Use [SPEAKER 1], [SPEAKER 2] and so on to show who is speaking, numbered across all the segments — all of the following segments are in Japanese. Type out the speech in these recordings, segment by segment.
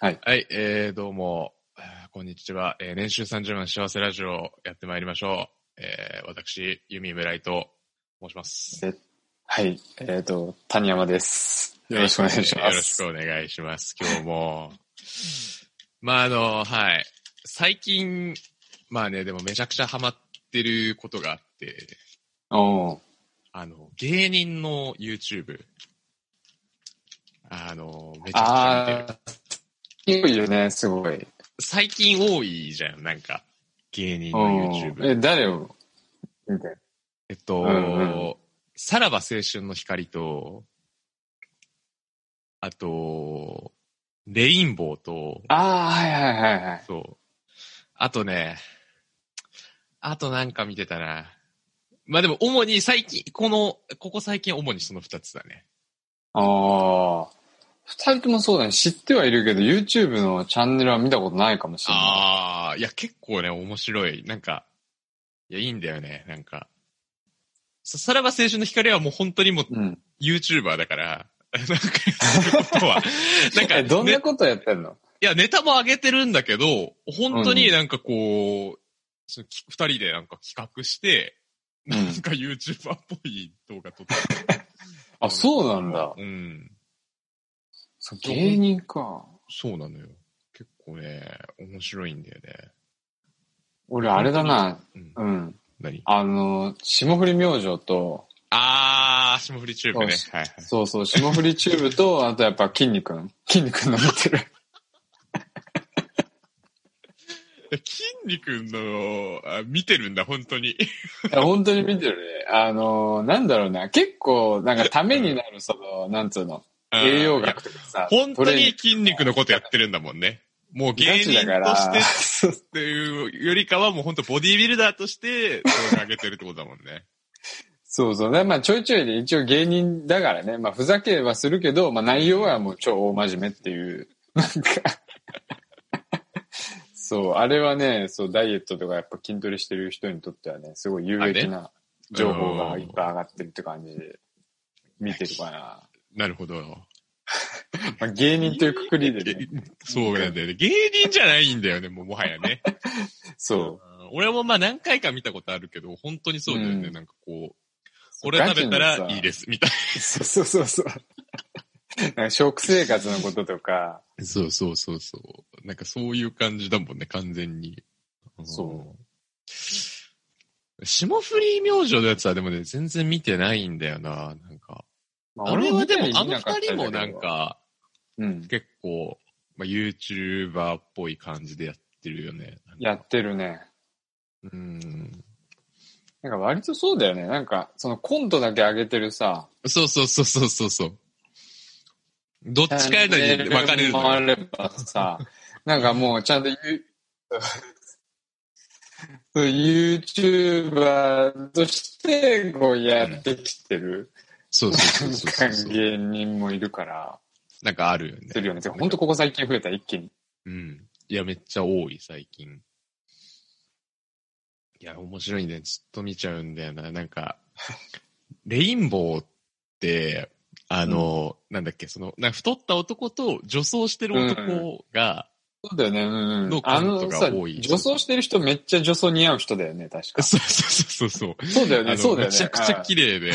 [SPEAKER 1] はい。
[SPEAKER 2] はい、えー、どうも、えーこんにちは。えー年収30万幸せラジオをやってまいりましょう。えー、私、ユミムライと申します。
[SPEAKER 1] えはい。えっ、と、谷山です。よろしくお願いし
[SPEAKER 2] は
[SPEAKER 1] ま
[SPEAKER 2] よろし
[SPEAKER 1] す。
[SPEAKER 2] くお願いします。今日も。まあ、あの、はい。最近、まあね、でもめちゃくちゃハマってることがあって、
[SPEAKER 1] おー
[SPEAKER 2] あの、芸人の YouTube。あの、めちゃくちゃ見てる
[SPEAKER 1] あ。ー、いよいよね、すごい。
[SPEAKER 2] 最近多いじゃん、なんか。芸人の
[SPEAKER 1] お
[SPEAKER 2] YouTube。
[SPEAKER 1] ーえ、誰を見て
[SPEAKER 2] えっと、
[SPEAKER 1] うんうん
[SPEAKER 2] さらば青春の光と、あと、レインボーと、
[SPEAKER 1] あー、はいはいはいはい。
[SPEAKER 2] そう。あとね、あとなんか見てたな。まあでも主に最近、この、ここ最近主にその二つだね。
[SPEAKER 1] あー、二人ともそうだね。知ってはいるけど、YouTube のチャンネルは見たことないかもしれない。
[SPEAKER 2] ああ、いや結構ね、面白い。なんか、いや、いいんだよね、なんか。ささらば青春の光はもう本当にもう
[SPEAKER 1] うん。
[SPEAKER 2] YouTuber だから、 なんか、すること は、なんか、
[SPEAKER 1] え、どん
[SPEAKER 2] ね
[SPEAKER 1] なことやってんの
[SPEAKER 2] いや、ネタも上げてるんだけど、本当になんかこう、そのき二人でなんか企画して、
[SPEAKER 1] うん
[SPEAKER 2] なんか YouTuber っぽい動画撮って
[SPEAKER 1] あ、そうなんだ。
[SPEAKER 2] うん。
[SPEAKER 1] そう芸人か。
[SPEAKER 2] そうなのよ。結構ね、面白いんだよね。
[SPEAKER 1] 俺、あれだな。
[SPEAKER 2] うん。
[SPEAKER 1] うん。
[SPEAKER 2] 何
[SPEAKER 1] あの、霜降り明星と、
[SPEAKER 2] あー、霜降りチューブね。
[SPEAKER 1] そ
[SPEAKER 2] はいはい。
[SPEAKER 1] そうそう、霜降りチューブと、 あとやっぱ、筋肉ん。筋肉んの見てる。
[SPEAKER 2] 筋肉の、あ見てるんだ、本当に。
[SPEAKER 1] いや、本当に見てるね。あのー、なんだろうな。結構、なんか、ためになる、その、なんつうの、 栄養
[SPEAKER 2] が
[SPEAKER 1] 学とかさ。
[SPEAKER 2] 本当
[SPEAKER 1] トレーニン
[SPEAKER 2] に筋肉のことやってるんだもんね。もう
[SPEAKER 1] グガ
[SPEAKER 2] 芸
[SPEAKER 1] チ
[SPEAKER 2] 人
[SPEAKER 1] だか
[SPEAKER 2] として
[SPEAKER 1] ら、そう
[SPEAKER 2] っていうよりかはもう本当ボディービルダーとして動画上げてるってことだもんね。
[SPEAKER 1] そうそう。でまあ、ちょいちょいで一応芸人だからね。まあ、ふざけはするけど、まあ、内容はもう超大真面目っていう。なんか。そう、あれはね、そう、ダイエットとかやっぱ筋トレしてる人にとってはね、すごい有益な情報がいっぱい上がってるって感じで、見てるかな。
[SPEAKER 2] なるほど。
[SPEAKER 1] まあ、芸人というくくりでね。
[SPEAKER 2] えそうなんだよね。芸人じゃないんだよね、もうもはやね。
[SPEAKER 1] そう。
[SPEAKER 2] うん俺もまあ何回か見たことあるけど、本当にそうだよね。
[SPEAKER 1] うん
[SPEAKER 2] なんかこう、これ食べたらいい
[SPEAKER 1] で
[SPEAKER 2] です、みたい
[SPEAKER 1] す。そうそうそうそう。なんか食生活のこととか、
[SPEAKER 2] な。 そうそうそうそう。なんかそういう感じだもんね、完全に。
[SPEAKER 1] そ
[SPEAKER 2] うん。霜降り明星のやつはでもね、全然見てないんだよな、なんか。
[SPEAKER 1] ま
[SPEAKER 2] あれはでも、
[SPEAKER 1] 俺
[SPEAKER 2] あ
[SPEAKER 1] 見
[SPEAKER 2] の
[SPEAKER 1] なかった
[SPEAKER 2] 二
[SPEAKER 1] け
[SPEAKER 2] 人
[SPEAKER 1] ど
[SPEAKER 2] もなん、か、
[SPEAKER 1] うん、
[SPEAKER 2] 結構、まあ、YouTuber っぽい感じでやってるよね。
[SPEAKER 1] やってるね。
[SPEAKER 2] うん。
[SPEAKER 1] なんか割とそうだよね。なんか、そのコントだけ上げてるさ、
[SPEAKER 2] そうそうそうそうそうそう。どっちかやのに分かれるのよ
[SPEAKER 1] 回ればさ、なんかもう ちゃんとユそう YouTuber としてこうやってきてる、
[SPEAKER 2] そうそうそうそ
[SPEAKER 1] な
[SPEAKER 2] うん
[SPEAKER 1] か
[SPEAKER 2] そう。
[SPEAKER 1] 芸人もいるから、
[SPEAKER 2] なんかあるよね。
[SPEAKER 1] するよね。てかほんとここ最近増えた、一気に。
[SPEAKER 2] うん。いや、めっちゃ多い、最近。いや、面白いね。ずっと見ちゃうんだよな。なんか、レインボーって、あの、なんだっけ、その、なんか太った男と女装してる男が、
[SPEAKER 1] そうだよね、うんう
[SPEAKER 2] の
[SPEAKER 1] ん。
[SPEAKER 2] コ
[SPEAKER 1] あ
[SPEAKER 2] ント
[SPEAKER 1] の
[SPEAKER 2] が
[SPEAKER 1] さ、
[SPEAKER 2] 多い
[SPEAKER 1] 女装してる人めっちゃ女装似合う人だよね、確 か。
[SPEAKER 2] そうそうそうそうそ
[SPEAKER 1] そ
[SPEAKER 2] う。
[SPEAKER 1] うだよ
[SPEAKER 2] あの
[SPEAKER 1] ね、そうだよ
[SPEAKER 2] め
[SPEAKER 1] ね。
[SPEAKER 2] ちゃくちゃ
[SPEAKER 1] あ
[SPEAKER 2] 綺麗で、いや、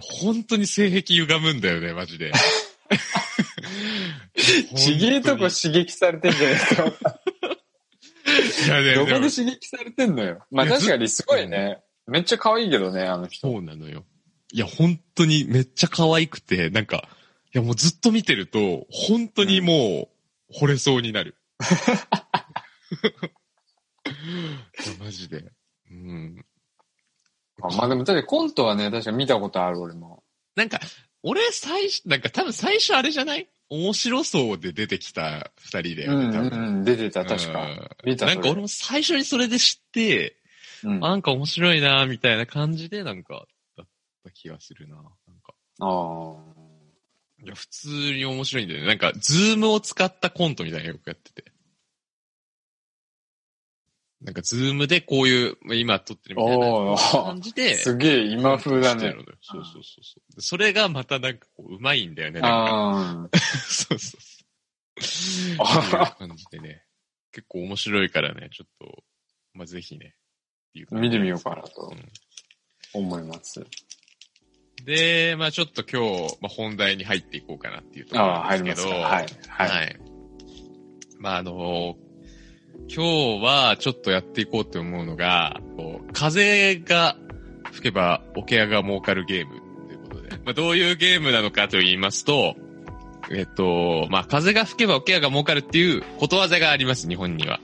[SPEAKER 2] 本当に性癖歪むんだよね、マジで。
[SPEAKER 1] あ ちげえとこ
[SPEAKER 2] し
[SPEAKER 1] 刺激されてんじゃないですか。
[SPEAKER 2] やね、
[SPEAKER 1] どこで
[SPEAKER 2] でも
[SPEAKER 1] 刺激されてんのよ。まあ
[SPEAKER 2] いや
[SPEAKER 1] 確かにすごいね。めっちゃ可愛いけどね、あの人。
[SPEAKER 2] そうなのよ。いや、本当にめっちゃ可愛くて、なんか、いや、もうずっと見てると、本当にもう、惚れそうになる。 いや、マジで。うん。
[SPEAKER 1] あまあでも、だってコントはね、確か見たことある、俺も。
[SPEAKER 2] なんか、俺最初、なんか多分最初あれじゃない面白そうで出てきた二人だ
[SPEAKER 1] うん
[SPEAKER 2] よね、
[SPEAKER 1] う
[SPEAKER 2] 多
[SPEAKER 1] ん
[SPEAKER 2] 分。
[SPEAKER 1] うん、出てた、確か。
[SPEAKER 2] う
[SPEAKER 1] 見た
[SPEAKER 2] ん。
[SPEAKER 1] それ
[SPEAKER 2] なんか俺も最初にそれで知って、
[SPEAKER 1] うん
[SPEAKER 2] あ
[SPEAKER 1] あ
[SPEAKER 2] なんか面白いなみたいな感じで、なんか、だった気がするななんか。
[SPEAKER 1] あ。
[SPEAKER 2] いや、普通に面白いんだよね。なんか、ズームを使ったコントみたいなのよくやってて。なんか、ズームでこういう、まあ今撮ってるみたいな
[SPEAKER 1] おー
[SPEAKER 2] 感じで。
[SPEAKER 1] すげえ今風だね。。
[SPEAKER 2] そうそうそう そう。それがまたなんかこう、うまいんだよね。なんか、
[SPEAKER 1] ああ。
[SPEAKER 2] そうそうそう。っていう感じでね、結構面白いからね、ちょっと、まあ、ぜひね、っていう感じ
[SPEAKER 1] 見てみようかなと
[SPEAKER 2] ん
[SPEAKER 1] 思います。
[SPEAKER 2] で、まあちょっと今日、まあ、本題に入っていこうかなっていうところ
[SPEAKER 1] ああ、
[SPEAKER 2] な
[SPEAKER 1] 入
[SPEAKER 2] ん
[SPEAKER 1] り
[SPEAKER 2] で
[SPEAKER 1] ますす
[SPEAKER 2] け
[SPEAKER 1] か。
[SPEAKER 2] ど、
[SPEAKER 1] はい。はい。
[SPEAKER 2] はい。まああの今日はちょっとやっていこうと思うのが、こう風が吹けば桶屋が儲かるゲームということで。まあどういうゲームなのかと言いますと、えっと、まあ風が吹けば桶屋が儲かるっていうことわざがあります、日本には。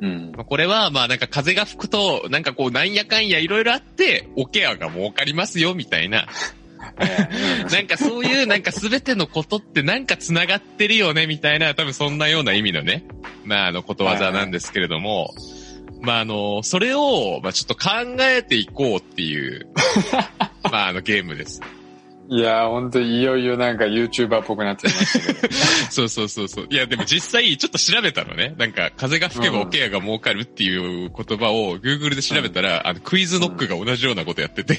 [SPEAKER 1] うん。
[SPEAKER 2] まあ、これは、まあなんか風が吹くと、なんかこうなんやかんやいろいろあって、桶屋が儲かりますよ、みたいな。 なんかそういうなんか全てのことってなんか繋がってるよねみたいな、多分そんなような意味のね、まああのことわざなんですけれども、まああの、それを、まあちょっと考えていこうっていう、まああのゲームです。
[SPEAKER 1] いやー、ほんといよいよなんか YouTuber っぽくなってきました けど。
[SPEAKER 2] そうそうそうそう。いやでも実際ちょっと調べたのね。なんか風が吹けばオケアが儲かるっていう言葉を Google で調べたら、あのクイズノックが同じようなことやってて、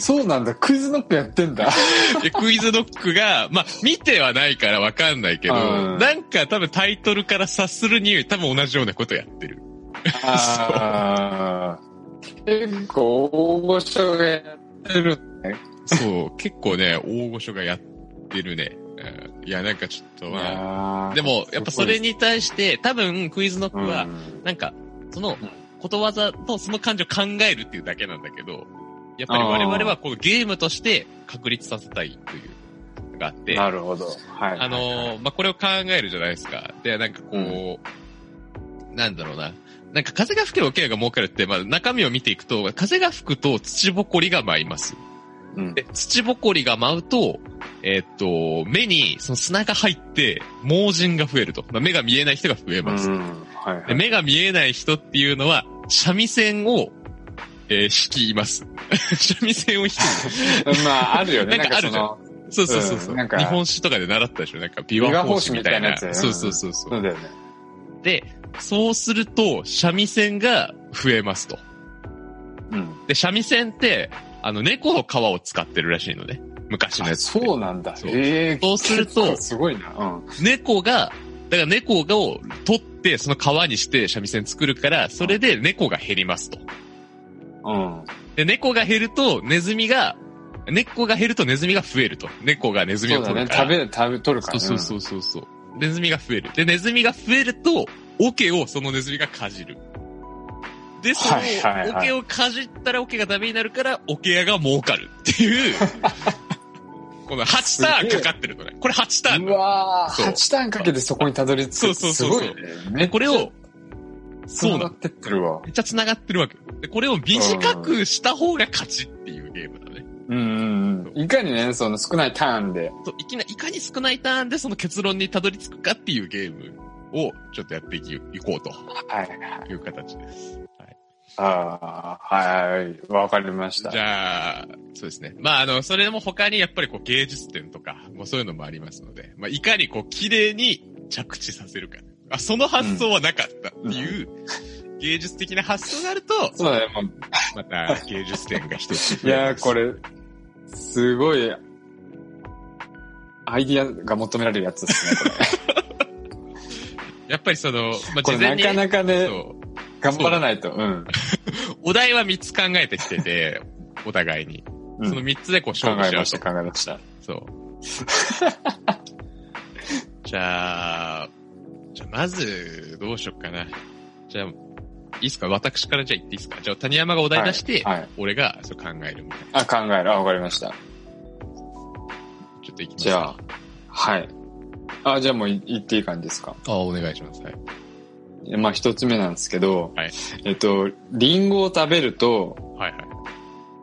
[SPEAKER 1] そうなんだ、クイズノックやって んだ。
[SPEAKER 2] で、クイズノックが、まあ、見てはないからわかんないけど、
[SPEAKER 1] うん
[SPEAKER 2] なんか多分タイトルから察するに、多分同じようなことやってる。
[SPEAKER 1] あー結構大御所がやってる。
[SPEAKER 2] そう、結構ね、大御所がやってるね。うんいや、なんかちょっと、まあ、でも、やっぱそれ
[SPEAKER 1] に
[SPEAKER 2] に対して、多分クイズノックは、なんか、その
[SPEAKER 1] うん、
[SPEAKER 2] ことわざとその漢字を考えるっていうだけなんだけど、やっぱり我々はこのゲームとして確立させたいというのがあって、
[SPEAKER 1] なるほど。はい。
[SPEAKER 2] あのーまあ、これを考えるじゃないですか。で、なんかこう、なんだろうな。なんか風が吹けば桶屋が儲かるって、まあ、中身を見ていくと、風が吹くと土ぼこりが舞います。
[SPEAKER 1] うん
[SPEAKER 2] で、土ぼこりが舞うと、えーっと、目にその砂が入って、盲人が増えると。まあ、目が見えない人が増え
[SPEAKER 1] う
[SPEAKER 2] ます。
[SPEAKER 1] ん。はいは
[SPEAKER 2] で
[SPEAKER 1] い。
[SPEAKER 2] 目が見えない人っていうのは、三味線を、えー、弾きます。 三味線を弾く。
[SPEAKER 1] まあ、あるよね。な
[SPEAKER 2] な
[SPEAKER 1] んん
[SPEAKER 2] か
[SPEAKER 1] か
[SPEAKER 2] あ
[SPEAKER 1] そ
[SPEAKER 2] るじゃん
[SPEAKER 1] の、
[SPEAKER 2] そうそうそうそう、
[SPEAKER 1] うんなんか
[SPEAKER 2] 日本史とかで習ったでしょなんか、琵琶法師みたいな。
[SPEAKER 1] 琵琶法師みたいなやつ
[SPEAKER 2] そうそうそうそう、
[SPEAKER 1] そうだよね。
[SPEAKER 2] で、そうすると、三味線が増えますと。
[SPEAKER 1] うん。
[SPEAKER 2] で、三味線って、あの、猫の皮を使ってるらしいのね。昔の
[SPEAKER 1] あ
[SPEAKER 2] やつって。
[SPEAKER 1] そうなんだ。
[SPEAKER 2] そう
[SPEAKER 1] ええ。
[SPEAKER 2] そうすると
[SPEAKER 1] 結構すごいな。うん。
[SPEAKER 2] 猫が、だから猫を取って、その皮にして三味線作るから、それで猫が減りますと。
[SPEAKER 1] うん。
[SPEAKER 2] で、猫が減ると、ネズミが、猫が減るとネズミが増えると。猫がネズミ
[SPEAKER 1] そ
[SPEAKER 2] を
[SPEAKER 1] うだ
[SPEAKER 2] 取る
[SPEAKER 1] ね。
[SPEAKER 2] から。
[SPEAKER 1] 食べ、食べ、取るから。
[SPEAKER 2] そうそうそうそうそう。ネズミが増える。で、ネズミが増えると、桶をそのネズミがかじる。で、その
[SPEAKER 1] はいはいはい
[SPEAKER 2] 桶をかじったら桶がダメになるから、桶屋が儲かるっ ていう、この8ターンかかってるのね。これ8ター
[SPEAKER 1] う
[SPEAKER 2] ン
[SPEAKER 1] ん。
[SPEAKER 2] な
[SPEAKER 1] う
[SPEAKER 2] の
[SPEAKER 1] わー、
[SPEAKER 2] そう
[SPEAKER 1] 8ターンかけてそこにたどり着く。
[SPEAKER 2] そうそうそうそう
[SPEAKER 1] すごいね。め
[SPEAKER 2] で
[SPEAKER 1] っ
[SPEAKER 2] これを、
[SPEAKER 1] ちゃ
[SPEAKER 2] そ
[SPEAKER 1] 繋が
[SPEAKER 2] うなの
[SPEAKER 1] っ。てってるわ。
[SPEAKER 2] めっちゃ繋がってるわけ。で、これを短くした方が勝ちっていうゲームだね。
[SPEAKER 1] うんうんうん。いかにね、その少ないターンで。
[SPEAKER 2] そういきな、いかに少ないターンでその結論にたどり着くかっていうゲームを、ちょっとやっていきいこうと
[SPEAKER 1] はいはい。
[SPEAKER 2] いう形です。
[SPEAKER 1] ああ、はいはい。わかりました。
[SPEAKER 2] じゃあ、そうですね。まあ、あの、それも他にやっぱりこう芸術点とか、もうそういうのもありますので、まあ、いかにこう綺麗に着地させるか。あ、その発想はなかったっていう、芸術的な発想があると、
[SPEAKER 1] そうだね、もう
[SPEAKER 2] また芸術点が一つ
[SPEAKER 1] い
[SPEAKER 2] 増えます。
[SPEAKER 1] やー、これ、すごい、アイディアが求められるやつですね、 これ。
[SPEAKER 2] やっぱりその、まあ、
[SPEAKER 1] こ
[SPEAKER 2] 事前
[SPEAKER 1] れ
[SPEAKER 2] に、
[SPEAKER 1] なかなかね、
[SPEAKER 2] そ
[SPEAKER 1] 頑張らないと。うん。
[SPEAKER 2] う、お題は3つ考えてきてて、お互いに。
[SPEAKER 1] うん
[SPEAKER 2] その3つでこう
[SPEAKER 1] 考
[SPEAKER 2] 勝負
[SPEAKER 1] え
[SPEAKER 2] しよう
[SPEAKER 1] まし
[SPEAKER 2] と
[SPEAKER 1] た、。考えました。
[SPEAKER 2] そう。 じゃあ、じゃあまず、どうしよっかな。じゃあ、いいっすか私からじゃあ言っていいっすかじゃあ、谷山がお題出して、
[SPEAKER 1] はい。
[SPEAKER 2] 俺がそう考えるみたいな。
[SPEAKER 1] あ、考える。あ、わかりました。
[SPEAKER 2] ちょっといきます。
[SPEAKER 1] じゃあ、はい。あ、じゃあもうい言っていい感じですか。
[SPEAKER 2] あ、お願いします。はい。
[SPEAKER 1] まあ、一つ目なんですけど、
[SPEAKER 2] はい
[SPEAKER 1] えっと、リンゴを食べると、
[SPEAKER 2] はいはい。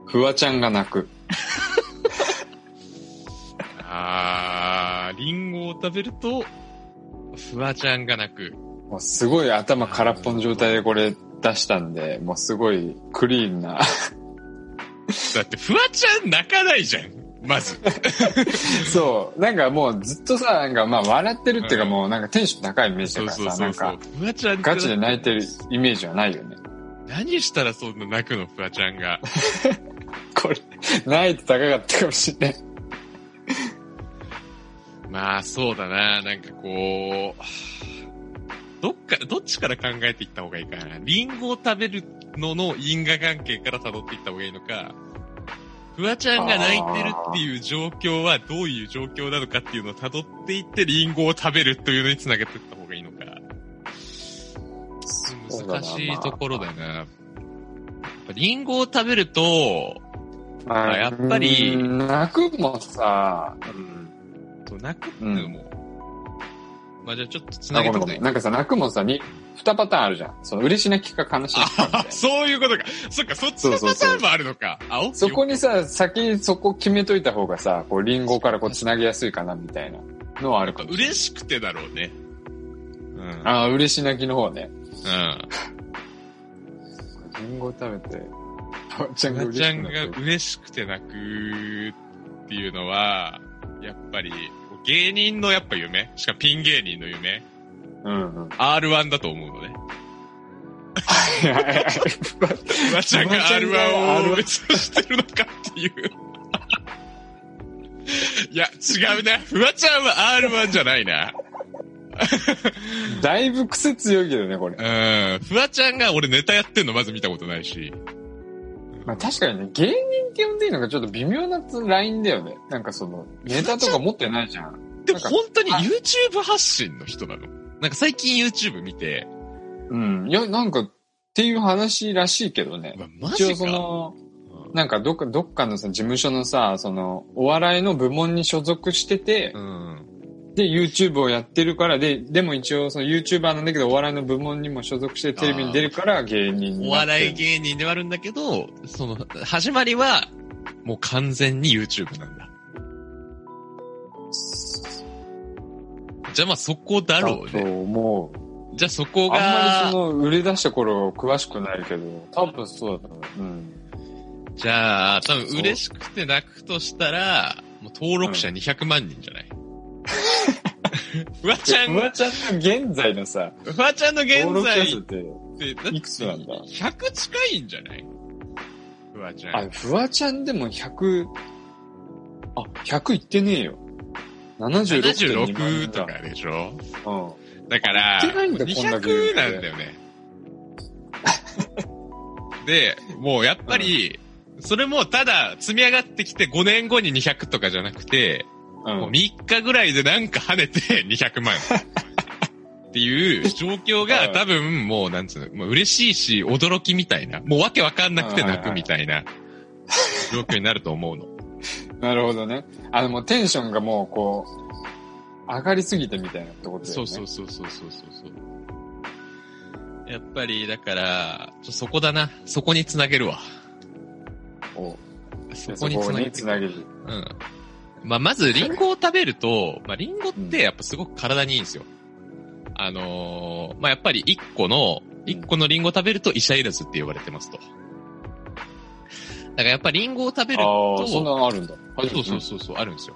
[SPEAKER 1] フワちゃんが泣く。
[SPEAKER 2] あー、リンゴを食べると、フワちゃんが泣く。
[SPEAKER 1] もうすごい頭空っぽの状態でこれ出したんで、もうすごいクリーンな。
[SPEAKER 2] だって、フワちゃん泣かないじゃん。まず。
[SPEAKER 1] そう。なんかもうずっとさ、なんかまあ笑ってるっていうか
[SPEAKER 2] うん
[SPEAKER 1] もうなんかテンション高いイメージだからさ、なんか。
[SPEAKER 2] フワちゃん
[SPEAKER 1] ガチで泣いてるイメージはないよね。
[SPEAKER 2] 何したらそんな泣くの、フワちゃんが。
[SPEAKER 1] これ、泣いて高かったかもしれない。
[SPEAKER 2] まあ、そうだな。なんかこう、どっか、どっちから考えていった方がいいかな。リンゴを食べるのの因果関係から辿っていった方がいいのか、フワちゃんが泣いてるっていう状況はどういう状況なのかっていうのを辿っていってリンゴを食べるというのに繋げていった方がいいのか。
[SPEAKER 1] そうだな
[SPEAKER 2] 難しいところだよな。やっぱリンゴを食べると、
[SPEAKER 1] ま
[SPEAKER 2] あやっぱり
[SPEAKER 1] うん泣くもさ、
[SPEAKER 2] そう泣くっていうのも、まあじゃあちょっと繋
[SPEAKER 1] あ
[SPEAKER 2] げ
[SPEAKER 1] ごめんご
[SPEAKER 2] てみた
[SPEAKER 1] め
[SPEAKER 2] い
[SPEAKER 1] ん。。なんかさ、泣くもさ、に、二パターンあるじゃん。その、嬉し泣きか悲し泣きかみたいな。
[SPEAKER 2] そういうことか。そっか、そっちのパターンもあるのか。あ、オッケー
[SPEAKER 1] そこにさ、先にそこ決めといた方がさ、こう、リンゴからこう、繋げやすいかな、みたいなのはあるかもしれない。
[SPEAKER 2] 嬉しくてだろうね。うん。
[SPEAKER 1] ああ、嬉し泣きの方ね。
[SPEAKER 2] うん。
[SPEAKER 1] リンゴ食べて、ばあちゃんが
[SPEAKER 2] な
[SPEAKER 1] 嬉
[SPEAKER 2] ちゃ
[SPEAKER 1] しく
[SPEAKER 2] ん
[SPEAKER 1] な
[SPEAKER 2] が
[SPEAKER 1] ってる。
[SPEAKER 2] 嬉しくて泣くっていうのは、やっぱり、芸人のやっぱ夢しかもピン芸人の夢
[SPEAKER 1] うんうん。
[SPEAKER 2] ?R1 だと思うのね。
[SPEAKER 1] フ
[SPEAKER 2] フワちゃんが
[SPEAKER 1] ワちゃんが
[SPEAKER 2] R1
[SPEAKER 1] R1
[SPEAKER 2] を目指してるのかっていう。 いや、違うな。フワちゃんは R1 じゃないな。
[SPEAKER 1] だいぶ癖強いけどね、これ。
[SPEAKER 2] うん。フワちゃんが俺ネタやってんのまず見たことないし。
[SPEAKER 1] まあ確かにね、芸人って呼んでいいのかちょっと微妙なラインだよね。なんかその、ネタとか持ってないじゃん。
[SPEAKER 2] でも本当に YouTube 発信の人なの。なんか最近 YouTube 見て、
[SPEAKER 1] うん。いや、なんか、っていう話らしいけどね
[SPEAKER 2] う。わマ
[SPEAKER 1] 一
[SPEAKER 2] ジ
[SPEAKER 1] 応
[SPEAKER 2] か
[SPEAKER 1] そ。の、なんかどっか、どっかのさ、事務所のさ、その、お笑いの部門に所属してて
[SPEAKER 2] う、ん。
[SPEAKER 1] で、YouTube をやってるから、で、でも一応その YouTuber なんだけど、お笑いの部門にも所属してテレビに出るから芸人
[SPEAKER 2] お
[SPEAKER 1] になってる
[SPEAKER 2] 笑い芸人ではあるんだけど、その、始まりは、もう完全に YouTube なんだ。じゃあまあそこだろう
[SPEAKER 1] だ
[SPEAKER 2] ね。
[SPEAKER 1] と思う。
[SPEAKER 2] じゃあそこ
[SPEAKER 1] あんまりそ
[SPEAKER 2] が、
[SPEAKER 1] の、売り出した頃詳しくないけど、多分そうだと思う。うん。
[SPEAKER 2] じゃあ、多分嬉しくて泣くとしたら、もう登録者200万人じゃない、フワちゃん、
[SPEAKER 1] フワちゃんの現在のさ、
[SPEAKER 2] フワちゃんの現
[SPEAKER 1] 登録者
[SPEAKER 2] 在
[SPEAKER 1] 数って、
[SPEAKER 2] って、だって
[SPEAKER 1] いくつなんだ
[SPEAKER 2] ?100 近いんじゃないフワちゃ
[SPEAKER 1] あ
[SPEAKER 2] ん。、
[SPEAKER 1] フワちゃんでも100、あ、100いってねえよ。76.2万
[SPEAKER 2] 76
[SPEAKER 1] 人だ
[SPEAKER 2] とかでしょ
[SPEAKER 1] うん。
[SPEAKER 2] だから、
[SPEAKER 1] 言ってないんだこんだけ言うの
[SPEAKER 2] 200
[SPEAKER 1] ね
[SPEAKER 2] なんだ よね。で、もうやっぱり、それもただ積み上がってきて5年後に200とかじゃなくて、
[SPEAKER 1] うん
[SPEAKER 2] もう3日ぐらいでなんか跳ねて 200万。っていう状況
[SPEAKER 1] う
[SPEAKER 2] が
[SPEAKER 1] ん
[SPEAKER 2] 多分もうなんつうの、もう嬉しいし驚きみたいな、もうわけわかんなくて泣くみたいな状況になると思うの。
[SPEAKER 1] なるほどね。あの、もうテンションがもう、こう、上がりすぎてみたいなってことだよね。
[SPEAKER 2] そうそうそうそうそうそうそう。やっぱり、だから、ちょそこだな。そこにつなげるわ。
[SPEAKER 1] お
[SPEAKER 2] そ
[SPEAKER 1] で
[SPEAKER 2] こ
[SPEAKER 1] そ
[SPEAKER 2] につ
[SPEAKER 1] こ
[SPEAKER 2] な
[SPEAKER 1] に
[SPEAKER 2] げて
[SPEAKER 1] つ。なげる。
[SPEAKER 2] うん。まあ、まず、リンゴを食べると、まあ、リンゴってやっぱすごく体にいいんですよ。あのーまあ、やっぱり一個の、一個のリンゴを食べると医者いらずって呼ばれてますと。だからやっぱりリンゴを食べる
[SPEAKER 1] あ
[SPEAKER 2] と
[SPEAKER 1] あ、、そんなのあるんだ。
[SPEAKER 2] そうそうそうそう、あるんですよ。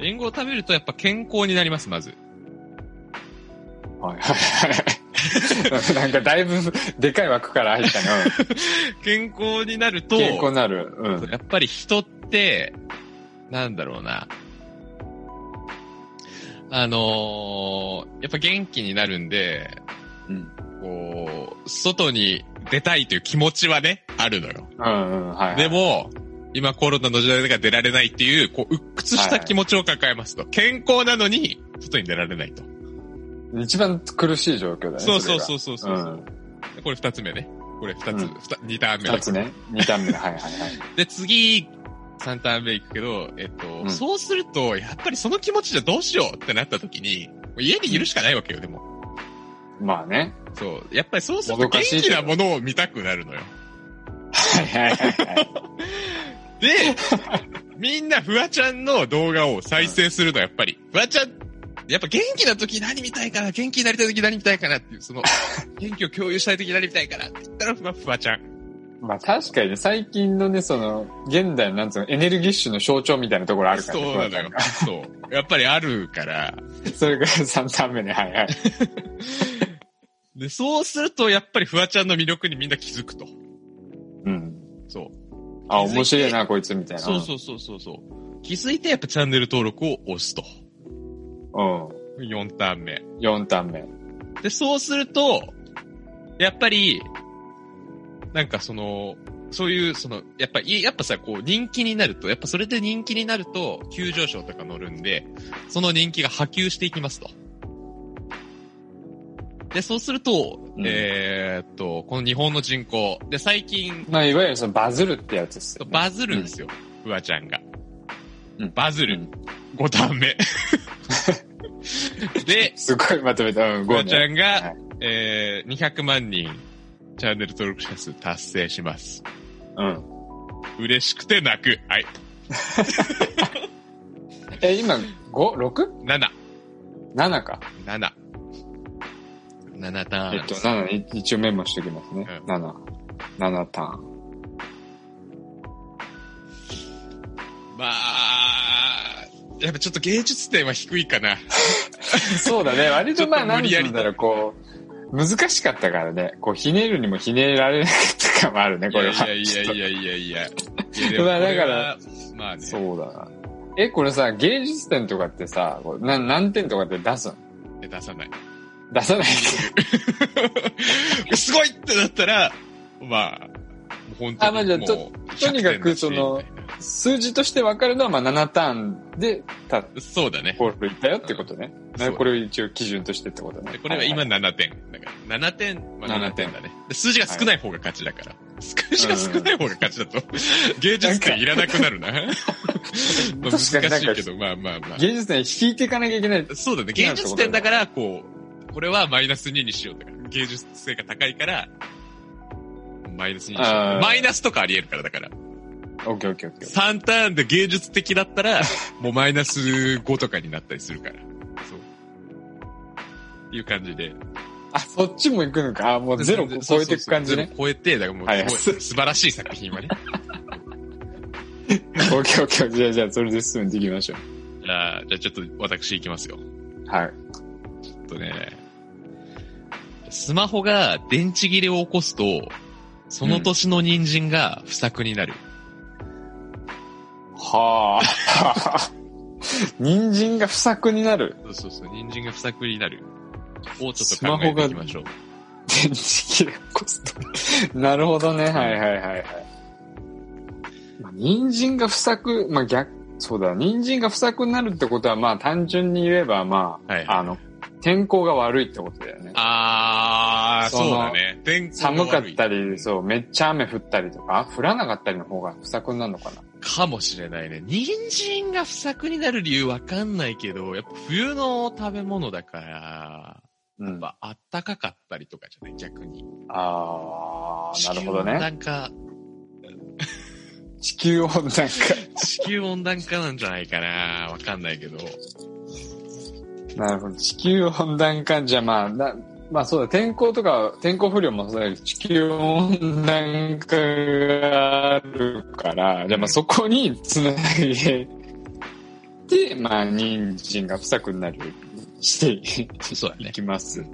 [SPEAKER 2] リンゴを食べるとやっぱ健康になります、まず。
[SPEAKER 1] うん。はいはいはい。 なんかだいぶでかい枠から入ったな。うん
[SPEAKER 2] 健康になると、
[SPEAKER 1] 健康になる。う。
[SPEAKER 2] そうんやっぱり人って、なんだろうな。あのーやっぱ元気になるんで、
[SPEAKER 1] うん。
[SPEAKER 2] こう、外に出たいという気持ちはね、あるのよ。
[SPEAKER 1] うんうん、はいはい。
[SPEAKER 2] でも、今コロナの時代だから出られないっていう、こう、鬱屈した気持ちを抱えますと。健康なのに、外に出られないと。
[SPEAKER 1] 一番苦しい状況だね。
[SPEAKER 2] そうそう
[SPEAKER 1] そ
[SPEAKER 2] そうそ
[SPEAKER 1] れ
[SPEAKER 2] うそう、
[SPEAKER 1] がうん。
[SPEAKER 2] これ二つ目ね。これ二つ、
[SPEAKER 1] うん
[SPEAKER 2] 二、二段目だ
[SPEAKER 1] 二つね。二段目。はいはい はい。
[SPEAKER 2] で、次、3ターン目行くけど、えっと、
[SPEAKER 1] うん
[SPEAKER 2] そうすると、やっぱりその気持ちじゃどうしようってなった時に、もう家にいるしかないわけよ、でも。
[SPEAKER 1] まあね。
[SPEAKER 2] そう。やっぱりそうする
[SPEAKER 1] も
[SPEAKER 2] と
[SPEAKER 1] どか
[SPEAKER 2] 元
[SPEAKER 1] しい
[SPEAKER 2] 気なものを見たくなるのよ。
[SPEAKER 1] はいはいはいはい。
[SPEAKER 2] で、みんなフワちゃんの動画を再生するの、やっぱり。フワちゃん、やっぱ元気な時何見たいかな、元気になりたい時何見たいかなってい う、その、元気を共有したい時何見たいかなって言ったら、フワフワちゃん。
[SPEAKER 1] まあ確かにね、最近のね、その、現代のなんつうの、エネルギッシュの象徴みたいなところあるからね。
[SPEAKER 2] そうなのよ。そう。やっぱりあるから、
[SPEAKER 1] それが3ターン目ね、はいはい。
[SPEAKER 2] で、そうすると、やっぱりフワちゃんの魅力にみんな気づくと。
[SPEAKER 1] うん。
[SPEAKER 2] そう。
[SPEAKER 1] あ、面白いな、こいつみたいな。
[SPEAKER 2] そうそうそうそうそう。気づいてやっぱチャンネル登録を押すと。
[SPEAKER 1] うん。
[SPEAKER 2] 4ターン目。
[SPEAKER 1] 4ターン目。
[SPEAKER 2] で、そうすると、やっぱり、なんかその、そういう、その、やっぱ、いやっぱさ、こう、人気になると、やっぱそれで人気になると、急上昇とか乗るんで、その人気が波及していきますと。で、そうすると、
[SPEAKER 1] うん
[SPEAKER 2] えーっと、この日本の人口、で、最近、
[SPEAKER 1] まあ、いわゆるそのバズるってやつですよ、ね。
[SPEAKER 2] バズるんですよ、フワちゃんが
[SPEAKER 1] うん。
[SPEAKER 2] バズ
[SPEAKER 1] う
[SPEAKER 2] る
[SPEAKER 1] ん。
[SPEAKER 2] 5タ ーン目。で、
[SPEAKER 1] すごいまとめた。うん、
[SPEAKER 2] フワ
[SPEAKER 1] 5
[SPEAKER 2] ち
[SPEAKER 1] ね。
[SPEAKER 2] ゃんが、
[SPEAKER 1] はい
[SPEAKER 2] えー、200万人、チャンネル登録者数達成します。
[SPEAKER 1] うん。
[SPEAKER 2] 嬉しくて泣く。はい。
[SPEAKER 1] え、今、5?6?7
[SPEAKER 2] 7。
[SPEAKER 1] か。
[SPEAKER 2] 7。7ターン。
[SPEAKER 1] えっと、7、い一応メモしておきますね。
[SPEAKER 2] うん
[SPEAKER 1] 7。7ターン。
[SPEAKER 2] まあ、やっぱちょっと芸術点は低いかな。
[SPEAKER 1] そうだね。割とまあ、
[SPEAKER 2] ちょっと無
[SPEAKER 1] 何
[SPEAKER 2] 理やり
[SPEAKER 1] 言うんだろう、こう、難しかったからね。こう、ひねるにもひねられなかったかもあるね、
[SPEAKER 2] い
[SPEAKER 1] これ
[SPEAKER 2] や
[SPEAKER 1] は。
[SPEAKER 2] いやいやいやいやいや。いや
[SPEAKER 1] まあ、
[SPEAKER 2] でもこ
[SPEAKER 1] だ
[SPEAKER 2] れ
[SPEAKER 1] か
[SPEAKER 2] は
[SPEAKER 1] ら、
[SPEAKER 2] まあね。
[SPEAKER 1] そうだな。え、これさ、芸術点とかってさ、こうな何点とかって出すの
[SPEAKER 2] 出さない。
[SPEAKER 1] 出さない
[SPEAKER 2] すごいってなったら、まあ、もう本当にもう。
[SPEAKER 1] あまあじゃあととにかくその
[SPEAKER 2] 100点だしみたい
[SPEAKER 1] 数字として分かるのは、まあ、7ターンでた
[SPEAKER 2] なそうだね。
[SPEAKER 1] ゴールいったよってことね。
[SPEAKER 2] ん
[SPEAKER 1] な
[SPEAKER 2] そう
[SPEAKER 1] これを一応基準としてってこと
[SPEAKER 2] で
[SPEAKER 1] ね。
[SPEAKER 2] これは今
[SPEAKER 1] いい
[SPEAKER 2] 7点。だから7点、まあ、
[SPEAKER 1] 7
[SPEAKER 2] 7点だね。で数字が少ない方が勝ちだから。数字が少ない方が勝ちだと、芸術点いらなくなるな。 まあ難し
[SPEAKER 1] 確かになんか
[SPEAKER 2] いけど、まあまあま
[SPEAKER 1] 芸術点引いていかなきゃいけない。
[SPEAKER 2] あ。そうだね。
[SPEAKER 1] きな
[SPEAKER 2] 芸
[SPEAKER 1] るとこ
[SPEAKER 2] 術
[SPEAKER 1] ろ
[SPEAKER 2] 点だから、こう、これはマイナス2にしようだから。芸術性が高いから、マイナス2にしよ
[SPEAKER 1] あ
[SPEAKER 2] う。
[SPEAKER 1] ー
[SPEAKER 2] マイナスとかあり得るから、だから。
[SPEAKER 1] オッケーオッケーオッケー。
[SPEAKER 2] 3ターンで芸術的だったら、もうマイナス5とかになったりするから。そう。いう感じで。
[SPEAKER 1] あ、そっちも行くのか。あ、もうゼロ超えていく感じね。
[SPEAKER 2] ゼロ超えて、だからもうすごい、
[SPEAKER 1] はい
[SPEAKER 2] 素晴らしい作品はね。
[SPEAKER 1] オッケーオッケー。じゃあ、じゃあ、それで進めていきましょ
[SPEAKER 2] じゃあ、じゃあちょっと私行きますよ。
[SPEAKER 1] う。はい。
[SPEAKER 2] ちょっとね、スマホが電池切れを起こすと、その年の人参が不作になる。
[SPEAKER 1] はあ。 人参が不作になる。
[SPEAKER 2] そうそうそう、人参が不作になる。をちょっ
[SPEAKER 1] ス
[SPEAKER 2] と考
[SPEAKER 1] マホ
[SPEAKER 2] えて
[SPEAKER 1] が
[SPEAKER 2] いきましょう。
[SPEAKER 1] 電池切れ起こすと。なるほどね。はいはいはいはい。まあ人参が不作、まあ逆、そうだ、人参が不作になるってことは、まあ単純に言えば、まあ、
[SPEAKER 2] はい
[SPEAKER 1] あの、天候が悪いってことだよね。
[SPEAKER 2] あー、
[SPEAKER 1] そ
[SPEAKER 2] そ
[SPEAKER 1] の
[SPEAKER 2] うだね。天候が
[SPEAKER 1] 寒かっ
[SPEAKER 2] 悪い
[SPEAKER 1] たり、そう、めっちゃ雨降ったりとか、あ降らなかったりの方が不作になるのかな。
[SPEAKER 2] かもしれないね。人参が不作になる理由わかんないけど、やっぱ冬の食べ物だから、
[SPEAKER 1] うん。あ
[SPEAKER 2] まあ、あったかかったりとかじゃない逆に。
[SPEAKER 1] あー、なるほどね。
[SPEAKER 2] 地球温
[SPEAKER 1] 地球
[SPEAKER 2] 暖化、
[SPEAKER 1] 温暖化。
[SPEAKER 2] 地球温暖化なんじゃないかなわかんないけど。
[SPEAKER 1] なるほど。地球温暖化じゃ、まあ、なまあそうだ、天候とか、天候不良もそうだけど、地球温暖化があるから、じゃあまあそこにつなげて、まあ人参が不作になるようにして
[SPEAKER 2] そうだ
[SPEAKER 1] い
[SPEAKER 2] ね。
[SPEAKER 1] きます。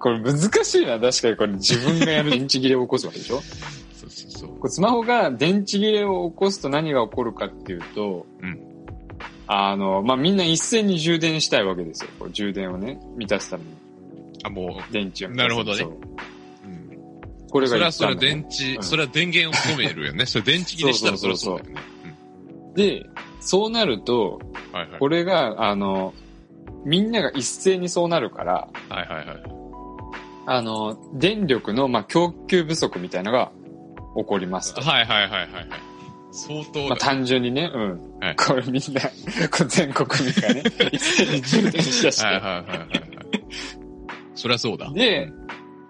[SPEAKER 1] これ難しいな、確かにこれ自分がやる電池切れを起こすわけでしょ
[SPEAKER 2] そうそうそう。
[SPEAKER 1] これスマホが電池切れを起こすと何が起こるかっていうと、
[SPEAKER 2] うん
[SPEAKER 1] あの、まあ、みんな一斉に充電したいわけですよ。こう充電をね、満たすために。
[SPEAKER 2] あ、も
[SPEAKER 1] 電池を。
[SPEAKER 2] なるほどね
[SPEAKER 1] そう。
[SPEAKER 2] う、うん。
[SPEAKER 1] これ
[SPEAKER 2] そ
[SPEAKER 1] が
[SPEAKER 2] れは
[SPEAKER 1] 一
[SPEAKER 2] それ
[SPEAKER 1] 旦
[SPEAKER 2] は電
[SPEAKER 1] う
[SPEAKER 2] 池、
[SPEAKER 1] ん
[SPEAKER 2] それは電源を含めるよね。それ電池切れしたらそれはそうだよね。
[SPEAKER 1] で、そうなると、
[SPEAKER 2] うんはいはい。
[SPEAKER 1] これが、あの、みんなが一斉にそうなるから、
[SPEAKER 2] はいはいはい。
[SPEAKER 1] あの、電力の、まあ、供給不足みたいなのが起こりますと。
[SPEAKER 2] はいはいはいはいはい。相当
[SPEAKER 1] まあ、
[SPEAKER 2] だ、
[SPEAKER 1] 単純にね、うん。
[SPEAKER 2] はい
[SPEAKER 1] これみんな、こう全国民が ね、一斉に充電しだして
[SPEAKER 2] はい、はいはいはいはい。そりゃそうだ。
[SPEAKER 1] で、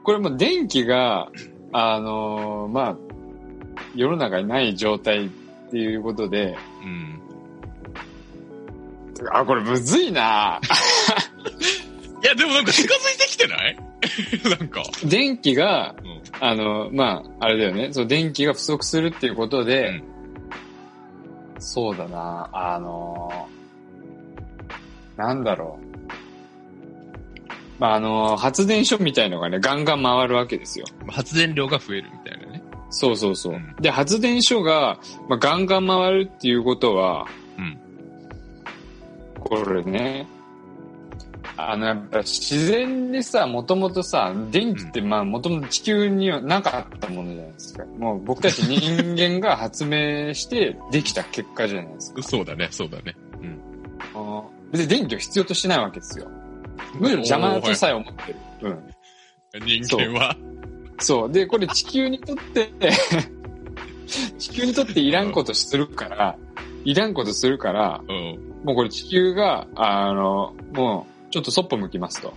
[SPEAKER 1] これも電気が、あのーまあ、世の中にない状態っていうことで、
[SPEAKER 2] うん。
[SPEAKER 1] あ、これむずいない
[SPEAKER 2] や、でもなんか近づいてきてない なんか。
[SPEAKER 1] 電気が、
[SPEAKER 2] うん
[SPEAKER 1] あのまあ、あれだよね、そう、電気が不足するっていうことで、
[SPEAKER 2] うん
[SPEAKER 1] そうだなあのーなんだろう。まあ、あのー発電所みたいのがね、ガンガン回るわけですよ。
[SPEAKER 2] 発電量が増えるみたいなね。
[SPEAKER 1] そうそうそう。
[SPEAKER 2] うん
[SPEAKER 1] で、発電所が、まあ、ガンガン回るっていうことは、
[SPEAKER 2] うん
[SPEAKER 1] これね、あの、やっぱ自然にさ、もともとさ、電気ってまあもともと地球にはなかったものじゃないですか。もう僕たち人間が発明してできた結果じゃないですか。
[SPEAKER 2] そうだね、そうだね。うん。
[SPEAKER 1] あの別に電気を必要としてないわけですよ。むしろ邪魔だとさえ思ってる。うん。
[SPEAKER 2] 人間は。
[SPEAKER 1] そう。で、これ地球にとって、 地球にとっていらんことするから、いらんことするから、
[SPEAKER 2] うん。
[SPEAKER 1] もうこれ地球が、あの、もう、ちょっとそっぽ向きますと。